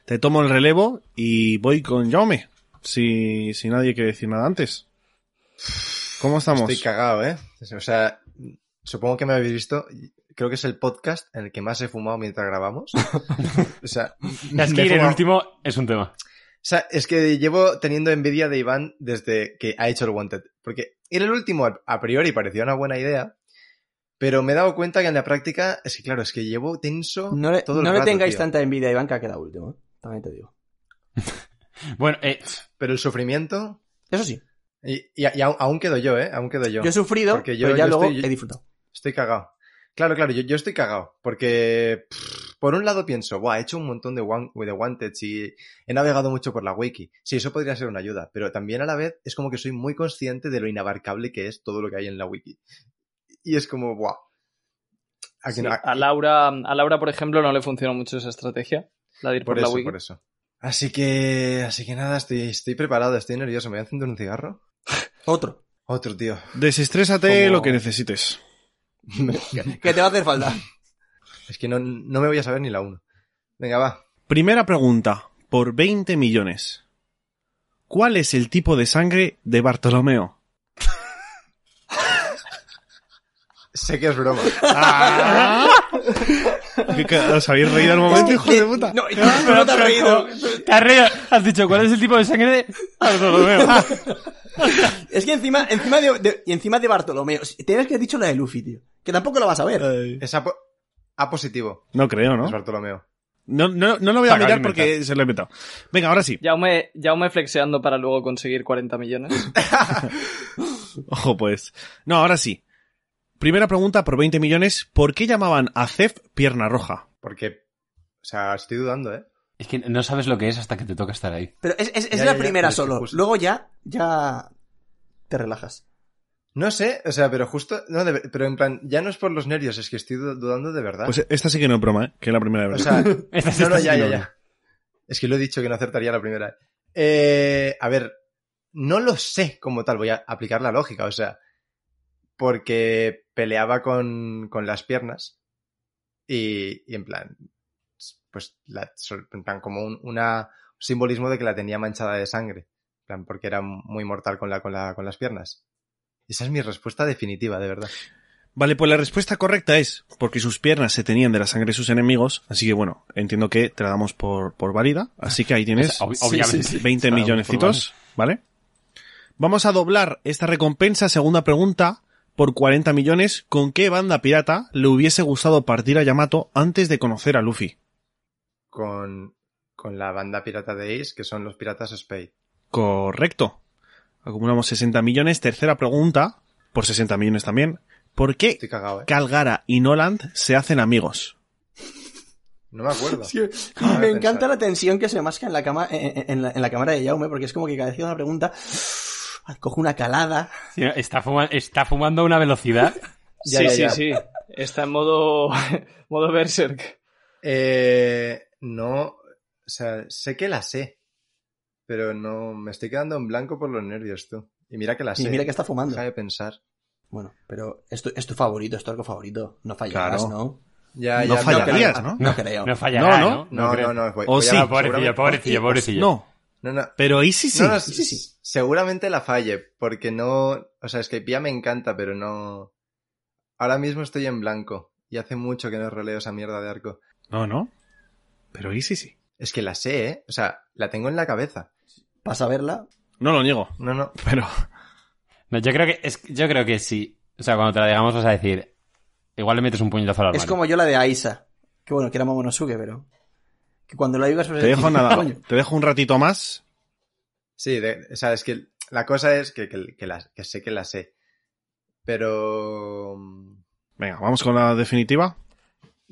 te tomo el relevo y voy con Jaume. Si, si nadie quiere decir nada antes. ¿Cómo estamos? Estoy cagado, ¿eh? O sea, supongo que me habéis visto. Creo que es el podcast en el que más he fumado mientras grabamos. O sea, [laughs] Es me he que el fumado- último es un tema. O sea, es que llevo teniendo envidia de Iván desde que ha hecho el Wanted. Porque era el último, a- a priori parecía una buena idea, pero me he dado cuenta que en la práctica, es que claro, es que llevo tenso No le, todo el no le rato, tengáis tío. tanta envidia, Iván, que ha quedado último. ¿eh? También te digo. Bueno, eh, Pero el sufrimiento... Eso sí. Y, y- y aún, aún quedo yo, ¿eh? Aún quedo yo. Yo he sufrido, Porque yo- pero ya yo luego estoy- he disfrutado. Estoy cagado. Claro, claro, yo, yo estoy cagado. Porque, pff, por un lado pienso, Buah, he hecho un montón de, wan de wanted y he navegado mucho por la wiki. Sí, eso podría ser una ayuda. Pero también a la vez es como que soy muy consciente de lo inabarcable que es todo lo que hay en la wiki. Y es como, Buah. Aquí Sí, no- a, Laura, a Laura, por ejemplo, no le funcionó mucho esa estrategia, la de ir por, por la eso, wiki. por eso. Así que, así que nada, estoy, estoy preparado, estoy nervioso. ¿Me voy a encender un cigarro? Otro. Otro, tío. Desestrésate Como- lo que necesites. Que te va a hacer [laughs] falta. Es que no, no me voy a saber ni la uno. Venga, va. Primera pregunta, por 20 millones. ¿Cuál es el tipo de sangre de Bartolomeo? Sé que es [laughs] broma. Ah. [laughs] ¿Qué- qué- ¿Os habéis reído al momento, hijo [laughs] de puta? No, y tú no [laughs] te has reído. Te has reído. Has dicho, ¿cuál es el tipo de sangre de Bartolomeo? Es que encima, encima de, de- y encima de Bartolomeo. Tienes que haber dicho la de Luffy, tío. Que tampoco la vas a ver. Es a, po- a positivo. No creo, Es ¿no? Bartolomeo. No, no, no lo voy a Acabo de mirar inventar. porque se lo he inventado. Venga, ahora sí. Jaume, Jaume flexeando para luego conseguir 40 millones. Ojo, pues. No, ahora sí. Primera pregunta por 20 millones. ¿Por qué llamaban a Cef pierna roja? Porque, o sea, estoy dudando, ¿eh? Es que no sabes lo que es hasta que te toca estar ahí. Pero es, es- es la Ya, ya, ya, primera pero es que solo. justo- Luego ya, ya te relajas. No sé, o sea, pero justo, no, de ver- pero en plan, ya no es por los nervios, es que estoy du- dudando de verdad. Pues esta sí que no es broma, ¿eh? que es la primera de o verdad. sea, [laughs] Esta sí no, no, está ya, ya, siendo ya. Es que lo he dicho que no acertaría la primera. Eh, a ver, no lo sé como tal, voy a aplicar la lógica, o sea, porque peleaba con, con las piernas y, y en plan, pues, la- en plan, como un una, simbolismo de que la tenía manchada de sangre, en plan, porque era muy mortal con, la, con, la, con las piernas. Esa es mi respuesta definitiva, de verdad. Vale, pues la respuesta correcta es porque sus piernas se tenían de la sangre de sus enemigos, así que bueno, entiendo que te la damos por, por válida, así que ahí [laughs] tienes Ob- obviamente. 20 Claro, millonecitos, ¿vale? Vamos a doblar esta recompensa, segunda pregunta, por 40 millones, ¿con qué banda pirata le hubiese gustado partir a Yamato antes de conocer a Luffy? Con, con la banda pirata de Ace, que son los piratas Spade. Correcto. Acumulamos 60 millones, tercera pregunta, por 60 millones también, ¿por qué Estoy cagado, ¿eh? Calgara y Noland se hacen amigos? No me acuerdo. Sí, y Ahora me Ah, pensar. encanta la tensión que se masca en la, cama, en, en la, en la cámara de Jaume, porque es como que cada vez que hace una pregunta, coge una calada. Sí, no, Está, fuma- está fumando a una velocidad. Ya, sí, ya, sí, ya. sí. Está en modo, [laughs] modo berserk. Eh, no, o sea, sé que la sé, pero no, me estoy quedando en blanco por los nervios, tú. Y mira que la sé. Y mira que está fumando. Deja de pensar. Bueno, pero es tu, es tu favorito, es tu arco favorito. No fallarás, Claro. ¿no? Ah, Ya, No ya, fallarías, no, ¿no? No creo. No fallará, No, ¿no? no. No, creo. no, no, voy- O voy a sí. la- Pobrecillo, seguramente- pobrecillo, pobrecillo. No, No, no, pero y sí, sí. no, no, sí, sí. seguramente la falle, porque no, o sea, es que Pia me encanta, pero no, ahora mismo estoy en blanco y hace mucho que no releo esa mierda de arco. No, no. Pero y sí, sí. Es que la sé, ¿eh? O sea, la tengo en la cabeza. Pasa a verla. No lo niego, No, no, pero... No, yo creo que es, yo creo que sí. O sea, cuando te la digamos vas a decir, igual le metes un puñetazo al armario. Es como yo la de Aisa. Que bueno, que era Momonosuke, pero... Que cuando la digas... Te dejo nada, te dejo un ratito más. Sí, de- o sea, es que la cosa es que, que, que la- que sé que la sé. Pero. mm, Venga, vamos con la definitiva.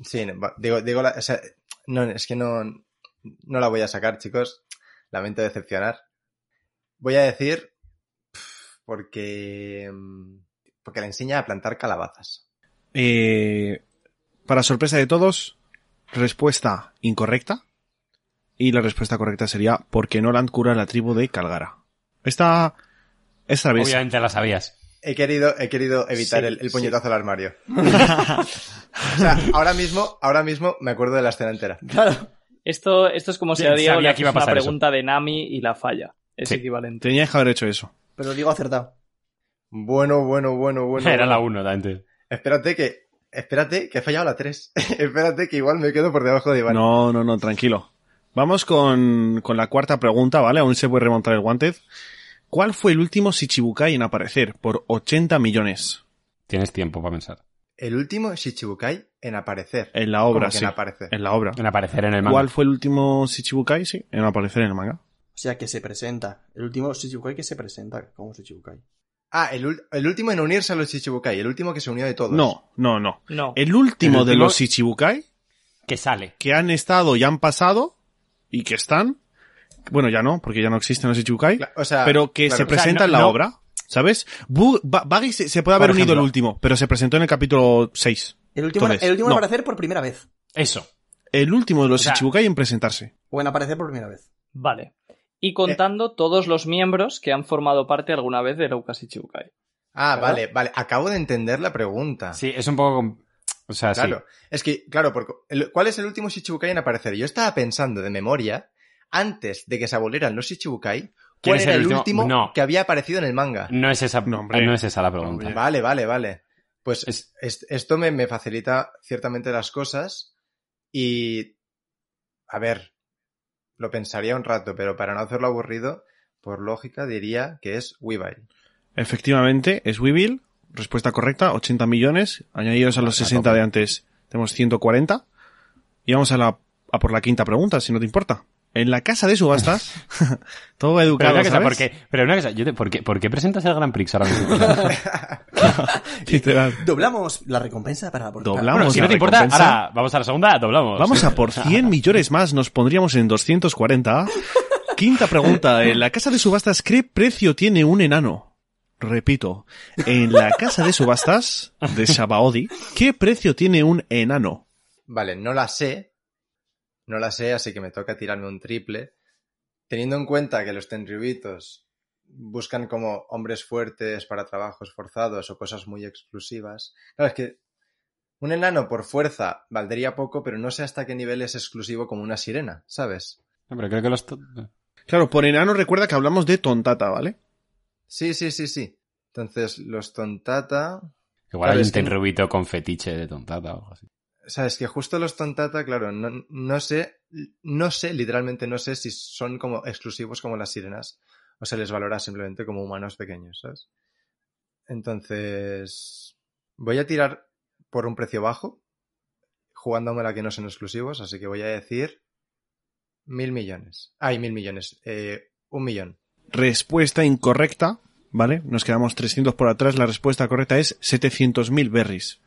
Sí, no, va- digo, digo la- o sea, no, es que no, no la voy a sacar, chicos. Lamento decepcionar. Voy a decir porque, mm, porque le enseña a plantar calabazas. Eh, para sorpresa de todos, respuesta incorrecta. Y la respuesta correcta sería porque Noland cura a la tribu de Calgara. Esta, esta vez. Obviamente la sabías. He querido, he querido evitar Sí, el, el sí. puñetazo al armario. o sea, ahora mismo, ahora mismo me acuerdo de la escena entera. Claro. Esto, esto es como si Bien, a Diego sabía le que iba a haces una pasar eso. pregunta de Nami y la falla. Es Sí. equivalente. Teníais que haber hecho eso. Pero digo acertado. Bueno, bueno, bueno, bueno. [laughs] Era bueno. la 1, antes. Espérate que, espérate que he fallado la 3. [laughs] espérate que igual me quedo por debajo de Iván. No, no, no, tranquilo. Vamos con, con la cuarta pregunta, ¿vale? Aún se puede remontar el guante. ¿Cuál fue el último Shichibukai en aparecer por 80 millones Tienes tiempo para pensar. El último Shichibukai en aparecer. en la ¿Cómo obra? que Sí, en aparecer. en la obra. En aparecer en el manga. ¿Cuál fue el último Shichibukai? Sí, en aparecer en el manga. O sea, que se presenta. El último Shichibukai que se presenta como Shichibukai. Ah, el, ul- el último en unirse a los Shichibukai, el último que se unió de todos. No, no, no. No. El último El de último- los Shichibukai Que sale. que han estado y han pasado y que están. Bueno, ya no, porque ya no existen los Shichibukai. Cla- O sea, pero que se claro. presenta Ah, O sea, no- en la no- obra, ¿sabes? Bu- Ba- Baggy se, se puede haber Por unido el ejemplo. último, pero se presentó en el capítulo 6. El último, Entonces, el último no. en aparecer por primera vez. Eso. El último de los O sea- Shichibukai en presentarse. O en aparecer por primera vez. Vale. Y contando todos los miembros que han formado parte alguna vez de Lucas Ichibukai. Ah, vale, vale. Acabo de entender la pregunta. Sí, es un poco... com- O sea, sí. Ah. Claro. Es que, claro, porque el- ¿cuál es el último Shichibukai en aparecer? Yo estaba pensando de memoria, antes de que se abolieran los Shichibukai, ¿Quién ¿cuál es era el el último? último, No. que había aparecido en el manga? No es esa, No, hombre. no es esa la pregunta. Hombre. Vale, vale, vale. Pues Es- es- esto me, me facilita ciertamente las cosas y... A ver, lo pensaría un rato, pero para no hacerlo aburrido, por lógica diría que es Weevil. Efectivamente, es Weevil. Respuesta correcta, 80 millones. Añadidos a los Ah, 60 tope. de antes, tenemos 140. Y vamos a, la, a por la quinta pregunta, si no te importa. En la casa de [laughs] subastas, [laughs] todo Pero educado, una cosa, ¿sabes? ¿por qué, pero una cosa, yo te- ¿por, qué, por qué presentas el Grand Prix ahora mismo? [laughs] Literal. Doblamos la recompensa para la portada. Doblamos. Bueno, si no la te importa, recompensa. ahora vamos a la segunda, doblamos. Vamos a por 100 millones más, nos pondríamos en 240. Quinta pregunta. En la casa de subastas, ¿qué precio tiene un enano? Repito, en la casa de subastas de Shabaodi, ¿qué precio tiene un enano? Vale, no la sé. No la sé, así que me toca tirarme un triple. Teniendo en cuenta que los tenryubitos buscan como hombres fuertes para trabajos forzados o cosas muy exclusivas. Claro, es que un enano por fuerza valdría poco, pero no sé hasta qué nivel es exclusivo como una sirena, ¿sabes? No, pero creo que los... to- Claro, por enano recuerda que hablamos de tontata, ¿vale? Sí, sí, sí, sí. Entonces, los tontata. Igual Claro, hay es un que- tenrubito con fetiche de tontata o algo así. Sabes que justo los tontata, claro, no, no sé, no sé, literalmente no sé si son como exclusivos como las sirenas o se les valora simplemente como humanos pequeños, ¿sabes? Entonces, voy a tirar por un precio bajo, jugándome la que no son exclusivos, así que voy a decir mil millones. Ay, mil millones, eh, un millón. Respuesta incorrecta, ¿vale? Nos quedamos 300 por atrás. La respuesta correcta es 700.000 berries,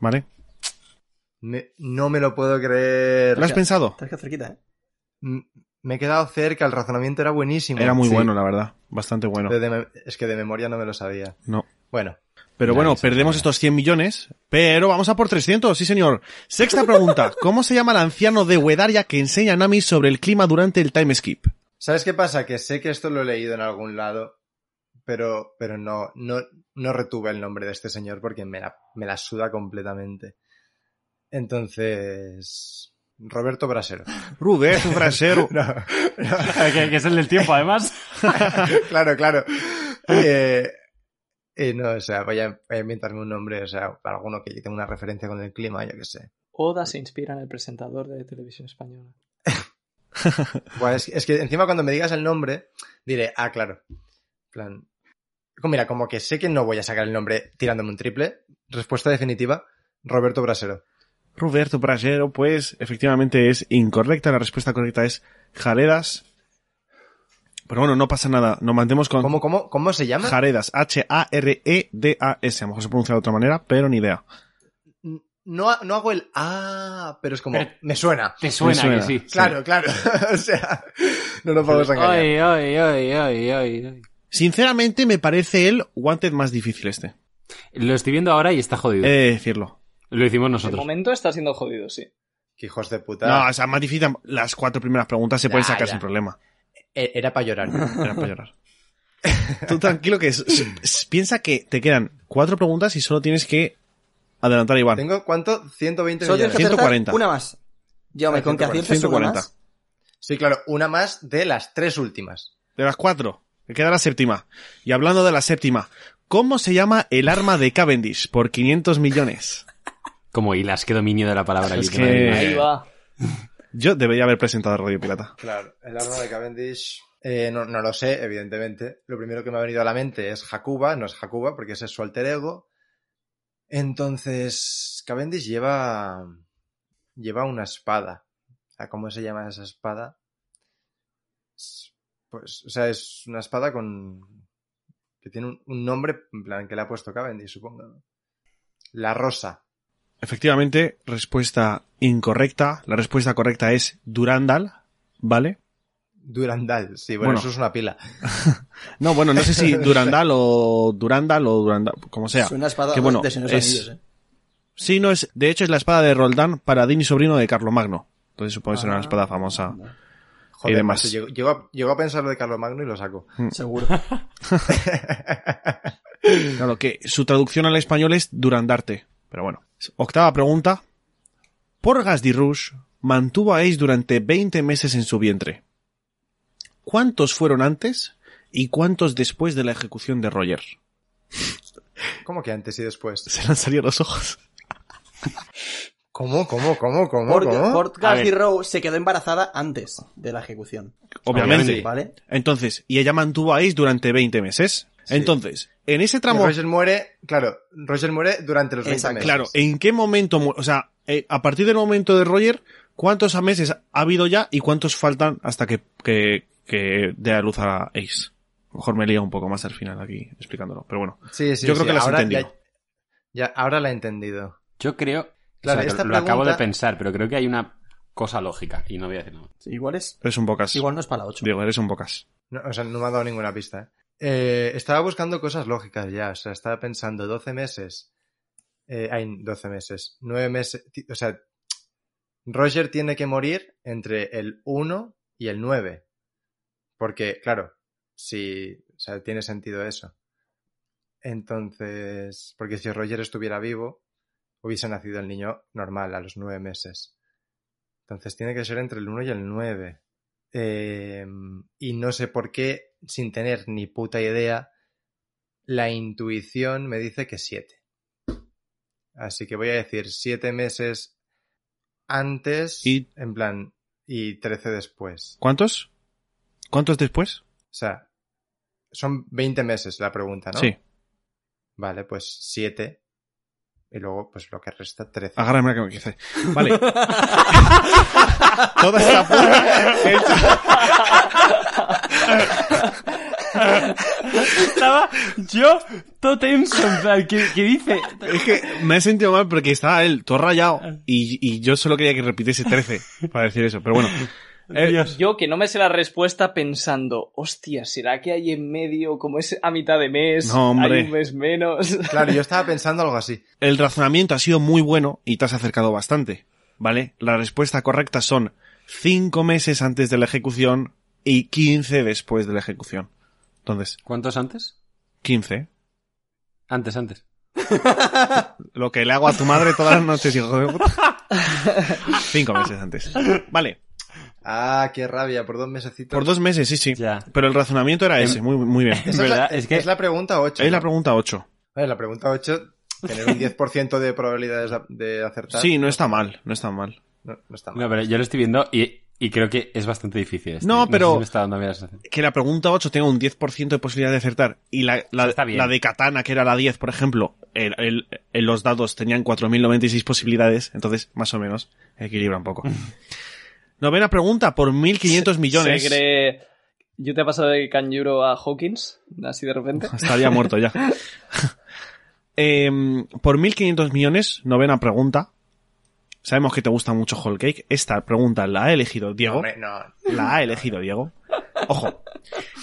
¿vale? Me- no me lo puedo creer. ¿Lo has pensado? Estás que cerquita, ¿eh? M- Me he quedado cerca, el razonamiento era buenísimo. Era muy Sí. bueno, la verdad. Bastante bueno. De- de mem- es que de memoria no me lo sabía. No. Bueno, Pero Ya, bueno, eso es perdemos verdad. estos 100 millones, pero vamos a por 300, sí señor. Sexta [laughs] pregunta, ¿cómo se llama el anciano de Wedaria que enseña a Nami sobre el clima durante el time skip? ¿Sabes qué pasa? Que sé que esto lo he leído en algún lado, pero, pero no, no, no retuve el nombre de este señor porque me la, me la suda completamente. Entonces. Roberto [laughs] Brasero. Rubén, un frasero. [laughs] No, no, que, que es el del tiempo, además. [laughs] claro, claro. Eh, eh, no, o sea, voy a, voy a inventarme un nombre, o sea, alguno que tenga una referencia con el clima, yo qué sé. Oda se inspira en el presentador de televisión española. Buah, es, es que encima cuando me digas el nombre, diré, ah, claro. En plan. como- Mira, como que sé que no voy a sacar el nombre tirándome un triple. Respuesta definitiva, Roberto Brasero. Roberto Brasero, pues efectivamente es incorrecta, la respuesta correcta es Jaredas. Pero bueno, no pasa nada, nos mantemos con ¿Cómo, cómo, cómo se llama? Jaredas, H-A-R-E-D-A-S, E a lo mejor se pronuncia de otra manera, pero ni idea. No, ha- no hago el ah, pero es como, Pero- me suena. Te suena, suena. que sí. [laughs] Claro, claro. o sea, no nos vamos a engañar. Ay, ay, ay, ay, ay, ay. Sinceramente, me parece el Wanted más difícil este. Lo estoy viendo ahora y está jodido. He Eh, de decirlo. Lo hicimos De nosotros. momento está siendo jodido, sí. Que hijos de puta. No, o sea, más difícil. Las cuatro primeras preguntas se pueden Ya, sacar ya. sin problema. E- Era para llorar. Era para llorar. [laughs] Tú tranquilo que es- s- piensa que te quedan cuatro preguntas y solo tienes que adelantar a Iván. ¿Tengo cuánto? 120 Solo tienes millones. que acertar 140. una más. Llévame, Ah, con que 140. aciertes una 140. más. Sí, claro, una más de las tres últimas. De las cuatro, me queda la séptima. Y hablando de la séptima, ¿cómo se llama el arma de Cavendish por 500 millones? Como hilas, qué dominio de la palabra. Es allí, que- madre mía. Ahí Eh. va. Yo debería haber presentado Radio Pirata. Claro, el arma de Cavendish. eh, no, no lo sé, evidentemente. Lo primero que me ha venido a la mente es Jacuba, no es Jacuba, porque ese es su alter ego. Entonces, Cavendish lleva. lleva una espada. O sea, ¿Cómo se llama esa espada? Es- Pues, o sea, es una espada con. que tiene un, un nombre, en plan, que le ha puesto Cavendish, supongo. ¿no? La rosa. Efectivamente, respuesta incorrecta. La respuesta correcta es Durandal, ¿vale? Durandal, sí, bueno, Bueno. eso es una pila. No, bueno, no sé si Durandal o Durandal o Durandal, como sea. es una espada que bueno, de Señor es- Anillos, eh. Sí, no es, de hecho es la espada de Roldán, paladín y sobrino de Carlomagno. Entonces supongo que será Ah. una espada famosa. Joder, Y demás. macho, Llego, llego a, llego a pensar lo de Carlomagno y lo saco. Seguro. Claro, que su traducción al español es Durandarte. Pero bueno. Octava pregunta. Porgas de Rush mantuvo a Ace durante 20 meses en su vientre. ¿Cuántos fueron antes y cuántos después de la ejecución de Roger? ¿Cómo que antes y después? [laughs] Se le han salido los ojos. ¿Cómo, cómo, cómo, cómo, Porque cómo? A Portgas ver. y Rowe se quedó embarazada antes de la ejecución. Obviamente. Sí. ¿Vale? Entonces, y ella mantuvo a Ace durante 20 meses. Sí. Entonces, en ese Y tramo... Roger muere, claro, Roger muere durante los 20 Exacto. meses. Claro, eh, ¿en qué momento, mu- o sea, eh, a partir del momento de Roger, cuántos meses ha habido ya y cuántos faltan hasta que, que, que dé a luz a Ace? A lo Mejor me lía un poco más al final aquí explicándolo, pero bueno. Sí, sí, Yo creo sí, que lo has ahora entendido. Ya, ya- ahora la he entendido. Yo creo. Claro, o sea, esta lo acabo de pregunta- pensar, pero creo que hay una cosa lógica y no voy a decir nada. Sí, Igual es. Eres un bocas. Igual no es para la 8. Pues, Digo, eres un bocas. No, o sea, no me ha dado ninguna pista. ¿eh? Eh, estaba buscando cosas lógicas ya, o sea, estaba pensando 12 meses. Eh, ay, 12 meses, 9 meses. ti- O sea, Roger tiene que morir entre el 1 y el 9. Porque, claro, si, o sea, tiene sentido eso. Entonces, porque si Roger estuviera vivo, hubiese nacido el niño normal a los 9 meses. Entonces tiene que ser entre el 1 y el 9. Eh, y no sé por qué, sin tener ni puta idea, la intuición me dice que siete. Así que voy a decir siete meses antes, Y- en plan, y trece después. ¿Cuántos? ¿Cuántos después? O sea, son 20 meses la pregunta, ¿no? Sí, Vale, pues siete. Y luego, pues lo que resta, trece. agárrame la que me quise. Vale. [laughs] Toda esta puta... Estaba yo todo tenso, en plan, ¿qué, qué dice? Es que me he sentido mal porque estaba él todo rayado y, y yo solo quería que repitiese 13 para decir eso, pero bueno. Eh, Yo que no me sé la respuesta pensando, hostia, ¿será que hay en medio, como es a mitad de mes, No, hombre. hay un mes menos? Claro, yo estaba pensando algo así. El razonamiento ha sido muy bueno y te has acercado bastante, ¿vale? La respuesta correcta son 5 meses antes de la ejecución y 15 después de la ejecución. Entonces, ¿Cuántos antes? 15. Antes, antes. Lo que le hago a tu madre todas las noches, hijo de puta. 5 meses antes. Vale, Ah, qué rabia, por dos mesecitos. por dos meses, sí, sí. Ya. Pero el razonamiento era ese, muy, muy bien. Esa es, la, ¿Verdad? Es que- es la pregunta 8. Es la pregunta 8. Vale, la pregunta 8, tener [laughs] un 10% de probabilidades de- de acertar. Sí, no está mal, no está mal. No, no está mal. No, pero yo lo estoy viendo y, y creo que es bastante difícil. este. No, sé pero- si me está dando a mí la sensación. que la pregunta 8 tenga un 10% de posibilidad de acertar y la, la- Está bien. la de Katana, que era la 10, por ejemplo, el- el- el- los dados tenían 4.096 posibilidades, entonces más o menos equilibra un poco. Novena pregunta por 1.500 [laughs] millones. Se cree... ¿Yo te he pasado de Kanjuro a Hawkins? Así de repente. Estaría muerto [laughs] ya. Em, por 1.500 millones, novena pregunta. Sabemos que te gusta mucho Whole Cake. Esta pregunta la ha elegido No, Diego. hombre, no. La ha elegido Diego. Ojo.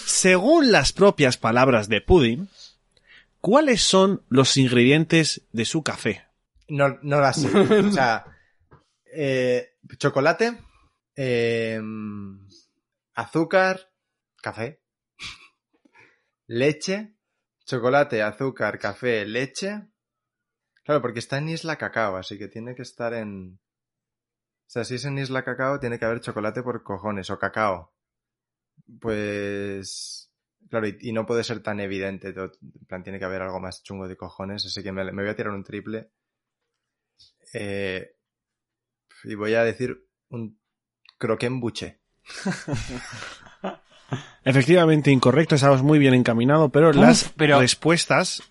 Según las propias palabras de Pudding, ¿cuáles son los ingredientes de su café? No, no la sé. O sea, eh, chocolate, eh, azúcar, café, leche, chocolate, azúcar, café, leche. Claro, porque está en Isla Cacao, así que tiene que estar en... O sea, si es en Isla Cacao, tiene que haber chocolate por cojones, o cacao. Pues... Claro, y, y no puede ser tan evidente. todo- En plan, tiene que haber algo más chungo de cojones, así que me- me voy a tirar un triple. Eh, y voy a decir un croquembuche. buche. Efectivamente incorrecto, estabas muy bien encaminado, pero las pero- respuestas,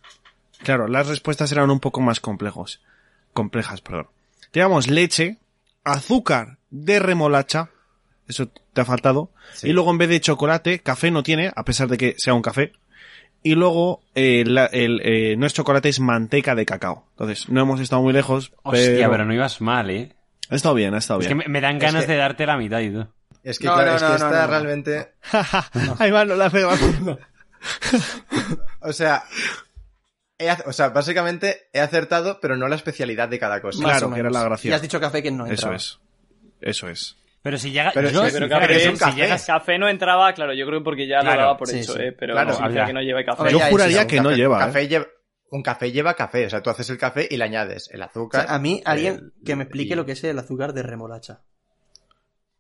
claro, las respuestas eran un poco más complejos, complejas, perdón. Teníamos leche, azúcar de remolacha, eso te ha faltado, y luego en vez de chocolate, café no tiene, a pesar de que sea un café, y luego eh, la- el, eh, no es chocolate, es manteca de cacao. Entonces, no hemos estado muy lejos, Hostia, pero... pero no ibas mal, ¿eh? ha estado bien, ha estado Es que bien. me, me dan Es ganas que- de darte la mitad y todo. Es que, No, claro, no, es que no, no, esta no, no. realmente. [laughs] Ay, va, no la pego. O sea. he ac- o sea, básicamente he acertado, pero no la especialidad de cada cosa. Más Claro, o que era la menos. gracia. Y has dicho café que no Eso entraba. es. Eso es. Pero si llega... Pero yo, sí, pero sinceramente, café, si café. llegas- Café no entraba, claro, yo creo porque ya Claro, lo daba por sí, hecho, sí. ¿eh? Pero Claro, no significa habla. que no lleve café. Hombre, Yo ya, sí, juraría sí, un que no café- lleva, ¿eh? café lleva- Un café lleva café. O sea, tú haces el café y le añades el O sea, azúcar. a mí, alguien Eh, el- que me explique y- lo que es el azúcar de remolacha.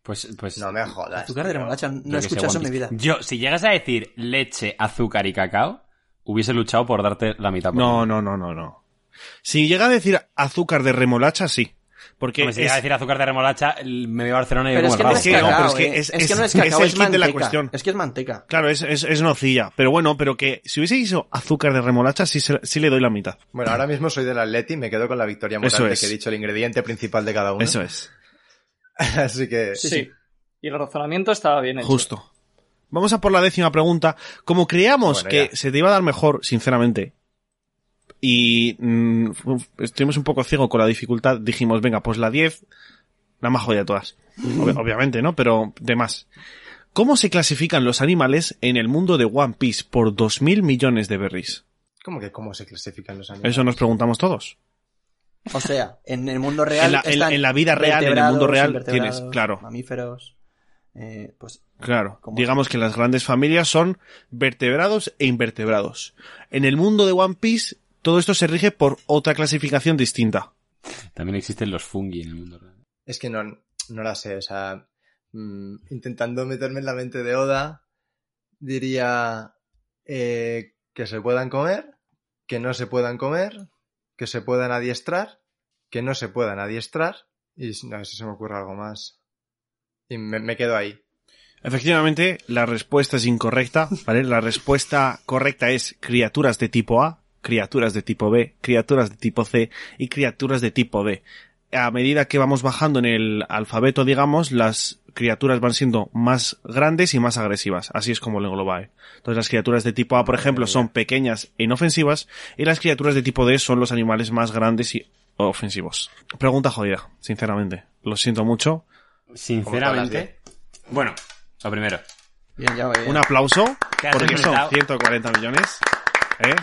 Pues, pues... No me jodas. Azúcar de tío. remolacha, yo no qué he sé, escuchado eso en One mi vida. Piece. Yo, si llegas a decir leche, azúcar y cacao, hubiese luchado por darte la mitad. por No, uno. no, no, no, no. Si llega a decir azúcar de remolacha, sí. Porque Hombre, si es- llegas a decir azúcar de remolacha, el- me veo a Barcelona y Pero como es el que no rabo. es que no, cacao, pero es que ¿eh? es- Es que no es- es cacao, es el es kit de la manteca. cuestión. Es que es manteca. claro, es, es, es nocilla. Pero bueno, pero que si hubiese dicho azúcar de remolacha, sí, se- sí le doy la mitad. Bueno, ahora mismo soy del Atleti y me quedo con la victoria moral Eso de es. que he dicho el ingrediente principal de cada uno. Eso es. [laughs] Así que. Sí, sí. Y el razonamiento estaba bien hecho. Justo. Vamos a por la décima pregunta. Como creíamos Bueno, que ya. se te iba a dar mejor, sinceramente, y mm, fu- estuvimos un poco ciego con la dificultad, dijimos, venga, pues la 10, la más jodida de todas. Ob- obviamente, ¿no? Pero de más. ¿Cómo se clasifican los animales en el mundo de One Piece por 2.000 millones de berries? ¿Cómo que cómo se clasifican los animales? Eso nos preguntamos todos. O sea, en el mundo real. En la- en- están en la vida real, en el vertebrados, mundo real, invertebrados, tienes, claro. Mamíferos. eh, pues Claro. ¿Cómo Digamos que las grandes familias son vertebrados e invertebrados. En el mundo de One Piece, todo esto se rige por otra clasificación distinta. También existen los fungi en el mundo real. Es que no, no la sé, o sea, mm, intentando meterme en la mente de Oda, diría eh, que se puedan comer, que no se puedan comer, que se puedan adiestrar, que no se puedan adiestrar, y si- a ver si se me ocurre algo más. Y me, me quedo ahí. Efectivamente, la respuesta es incorrecta, ¿vale? La respuesta correcta es criaturas de tipo A, criaturas de tipo B, criaturas de tipo C y criaturas de tipo D. A medida que vamos bajando en el alfabeto, digamos, las criaturas van siendo más grandes y más agresivas. Así es como lo engloba. ¿eh? Entonces las criaturas de tipo A, por Madre ejemplo, mía. son pequeñas e inofensivas y las criaturas de tipo D son los animales más grandes y ofensivos. Pregunta jodida, sinceramente. Lo siento mucho. Sinceramente... Bueno, lo primero. bien, ya, eh, bien. Un aplauso, Te has porque son enfrentado. 140 millones. ¿eh?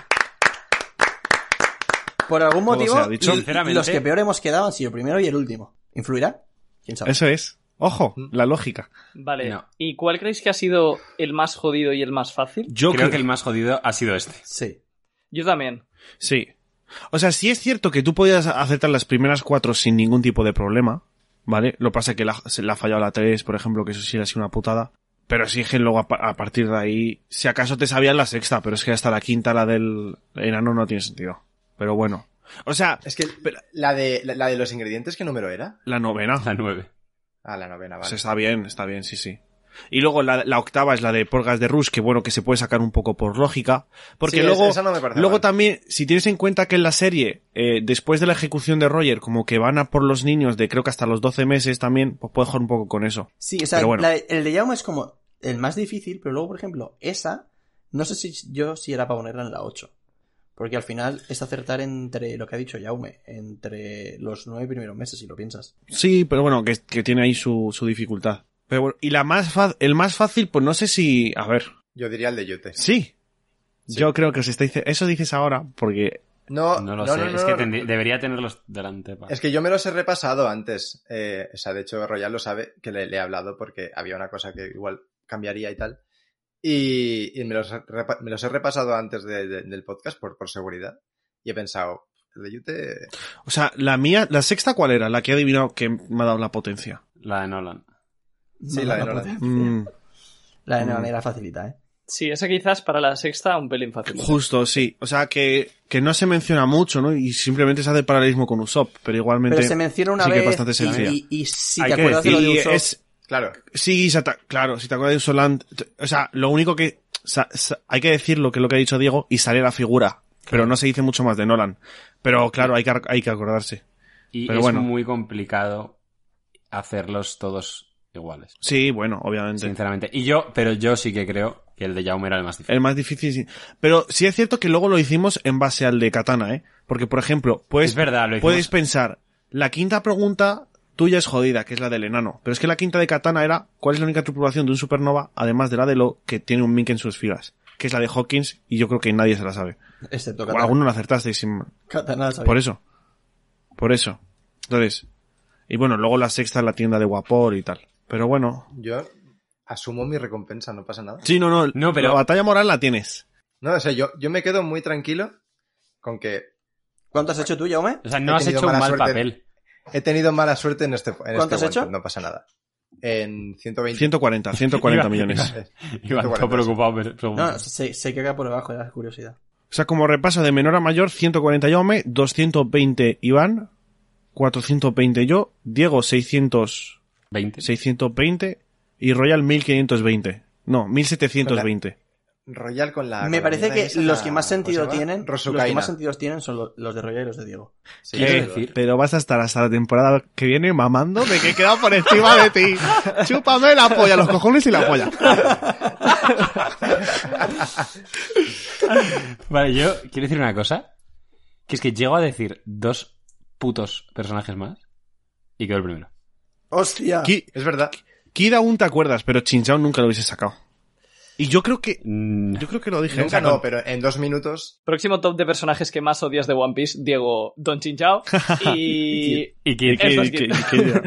Por algún Todo motivo, se ha dicho. l- Sinceramente. los que peor hemos quedado han sido el primero y el último. ¿Influirá? ¿Quién sabe? Eso es. Ojo, Mm. la lógica. Vale. No. ¿Y cuál creéis que ha sido el más jodido y el más fácil? Yo Creo que el más jodido ha sido este. Sí. Yo también. Sí. O sea, sí es cierto que tú podías aceptar las primeras cuatro sin ningún tipo de problema, ¿vale? Lo que pasa es que la, se le ha fallado la tres, por ejemplo, que eso sí era así una putada. Pero sí es que luego a, pa- a partir de ahí, si acaso te sabías la sexta, pero es que hasta la quinta, la del enano, no tiene sentido. Pero bueno. O sea, Es que Pero- la, de, la, la de los ingredientes, ¿qué número era? la novena. La nueve. Ah, la novena, Pues vale. está bien, está bien, sí, sí. Y luego la, la octava es la de Porgas de Rush, que bueno, que se puede sacar un poco por lógica. Porque Sí, es- luego, esa no me parece luego mal. también, si tienes en cuenta que en la serie, eh, después de la ejecución de Roger, como que van a por los niños de creo que hasta los 12 meses también, pues puedo jugar un poco con eso. Sí, o sea, Pero bueno. la- el de Jaume es como el más difícil, pero luego, por ejemplo, esa, no sé si yo si era para ponerla en la 8. Porque al final es acertar entre lo que ha dicho Yaume, entre los nueve primeros meses, si lo piensas. Sí, pero bueno, que, que tiene ahí su, su dificultad. Pero bueno, y la más fa- el más fácil, pues no sé si. A ver. Yo diría el de Yute. Sí. Yo creo que se está dice- Eso dices ahora, porque. No, No lo sé, no, es que no. tendrí- debería tenerlos delante. pa- Es que yo me los he repasado antes. eh, o sea, de hecho, Royal lo sabe que le, le he hablado porque había una cosa que igual cambiaría y tal. Y, y me, los he repa- me los he repasado antes de- de- del podcast por, por seguridad. Y he pensado, el de Yute. O sea, la mía, la sexta, ¿cuál era? La que he adivinado que me ha dado la potencia. La de Nolan. Sí, No, la de no Nolan. potencia. Mm, La de Mm. Nolan era facilita, ¿eh? Sí, esa quizás para la sexta un pelín fácil. justo, sí. O sea, que, que no se menciona mucho, ¿no? Y simplemente se hace paralelismo con Usopp, pero igualmente. Pero se menciona una sí que es vez bastante y- sencilla. y, y si Hay te que acuerdas de lo de Y Usopp, es, Claro, Sí, se ata- claro, si te acuerdas de Usoland, t- o sea, lo único que sa- sa- hay que decir lo que es lo que ha dicho Diego y sale la figura, pero no se dice mucho más de Nolan. Pero claro, hay que, ar- hay que acordarse. Y Pero es bueno. muy complicado hacerlos todos iguales. Sí, bueno, obviamente. Sinceramente. Y yo, pero yo sí que creo que el de Jaume era el más difícil. El más difícil, sí. Pero sí es cierto que luego lo hicimos en base al de Katana, ¿eh? Porque, por ejemplo, Pues puedes, es verdad, lo hicimos. puedes pensar, la quinta pregunta tuya es jodida, que es la del enano. Pero es que la quinta de Katana era, ¿cuál es la única tripulación de un supernova, además de la de lo que tiene un Mink en sus filas? Que es la de Hawkins, y yo creo que nadie se la sabe. excepto Bueno, Katana. alguno lo acertaste sin... Katana, ¿sabes? Por eso. Por eso. Entonces. Y bueno, luego la sexta en la tienda de Guapor y tal. Pero bueno. yo asumo mi recompensa, no pasa nada. Sí, no, no. No, pero- La batalla moral la tienes. No, o sea, yo, yo me quedo muy tranquilo con que ¿Cuánto has hecho tú, Jaume? O sea, He no has tenido hecho un mala mal suerte. [laughs] papel. he tenido mala suerte en este. En este ¿Cuánto has Wanted, hecho? No pasa nada. En 120. 140, [laughs] 140 Iba- millones. iba- Iván, Bueno, pues todo preocupado. pero- No, preguntando. no, sé, sé que acá por debajo, era curiosidad. O sea, como repaso de menor a mayor, 140 Yaume, 220 Iván, 420 yo, Diego 600, 20. 620 y Royal 1520. No, 1720. [laughs] Royal con Me la. Ah, con la parece mierda que esa, los que más ¿cómo se sentido llama? tienen, los Rosukaina. que más sentidos tienen son lo- los de Royal y los de Diego. Sí, Quiero Eh, Royal. decir Pero vas a estar hasta la temporada que viene mamando de que he quedado por encima de [laughs] ti. Chúpame la polla, los cojones y la polla. Vale, yo quiero decir una cosa. Que es que llego a decir dos putos personajes más y quedo el primero. ¡Hostia! Ki- Es verdad. Kid aún te acuerdas, pero Chinchao nunca lo hubiese sacado. Y yo creo que. Mm, Yo creo que lo dije. Nunca no, pero en dos minutos. Próximo top de personajes que más odias de One Piece, Diego [laughs] Don Chinchao y... Y que- Eso es Ki- Kid. Ki- Kid. Eh,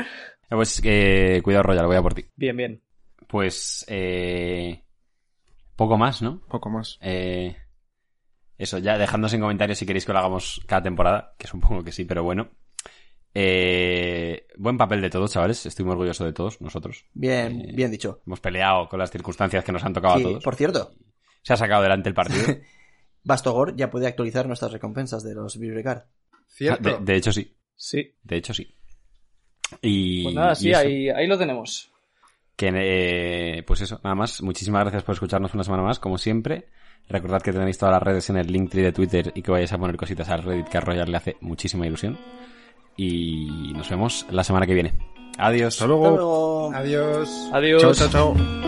Pues eh, cuidado, Royal, voy a por ti. Bien, bien. Pues eh, poco más, ¿no? Poco más. Eh, eso, ya dejadnos en comentarios si queréis que lo hagamos cada temporada, que supongo que sí, pero bueno. Eh, buen papel de todos, chavales. Estoy muy orgulloso de todos nosotros. Bien, Eh, bien dicho. Hemos peleado con las circunstancias que nos han tocado Sí, a todos. por cierto. Se ha sacado delante el [laughs] partido. Bastogor ya puede actualizar nuestras recompensas de los Vibrecar. Ah, Cierto. de, de hecho, sí. Sí. De hecho, sí. Y, Pues nada, y sí, eso. ahí, ahí lo tenemos. Que, eh, pues eso, nada más. Muchísimas gracias por escucharnos una semana más, como siempre. Recordad que tenéis todas las redes en el linktree de Twitter y que vayáis a poner cositas al Reddit que a Royal le hace muchísima ilusión. Y nos vemos la semana que viene. Adiós. Hasta luego. Hasta luego. Adiós. Adiós. Chao, chao, chao.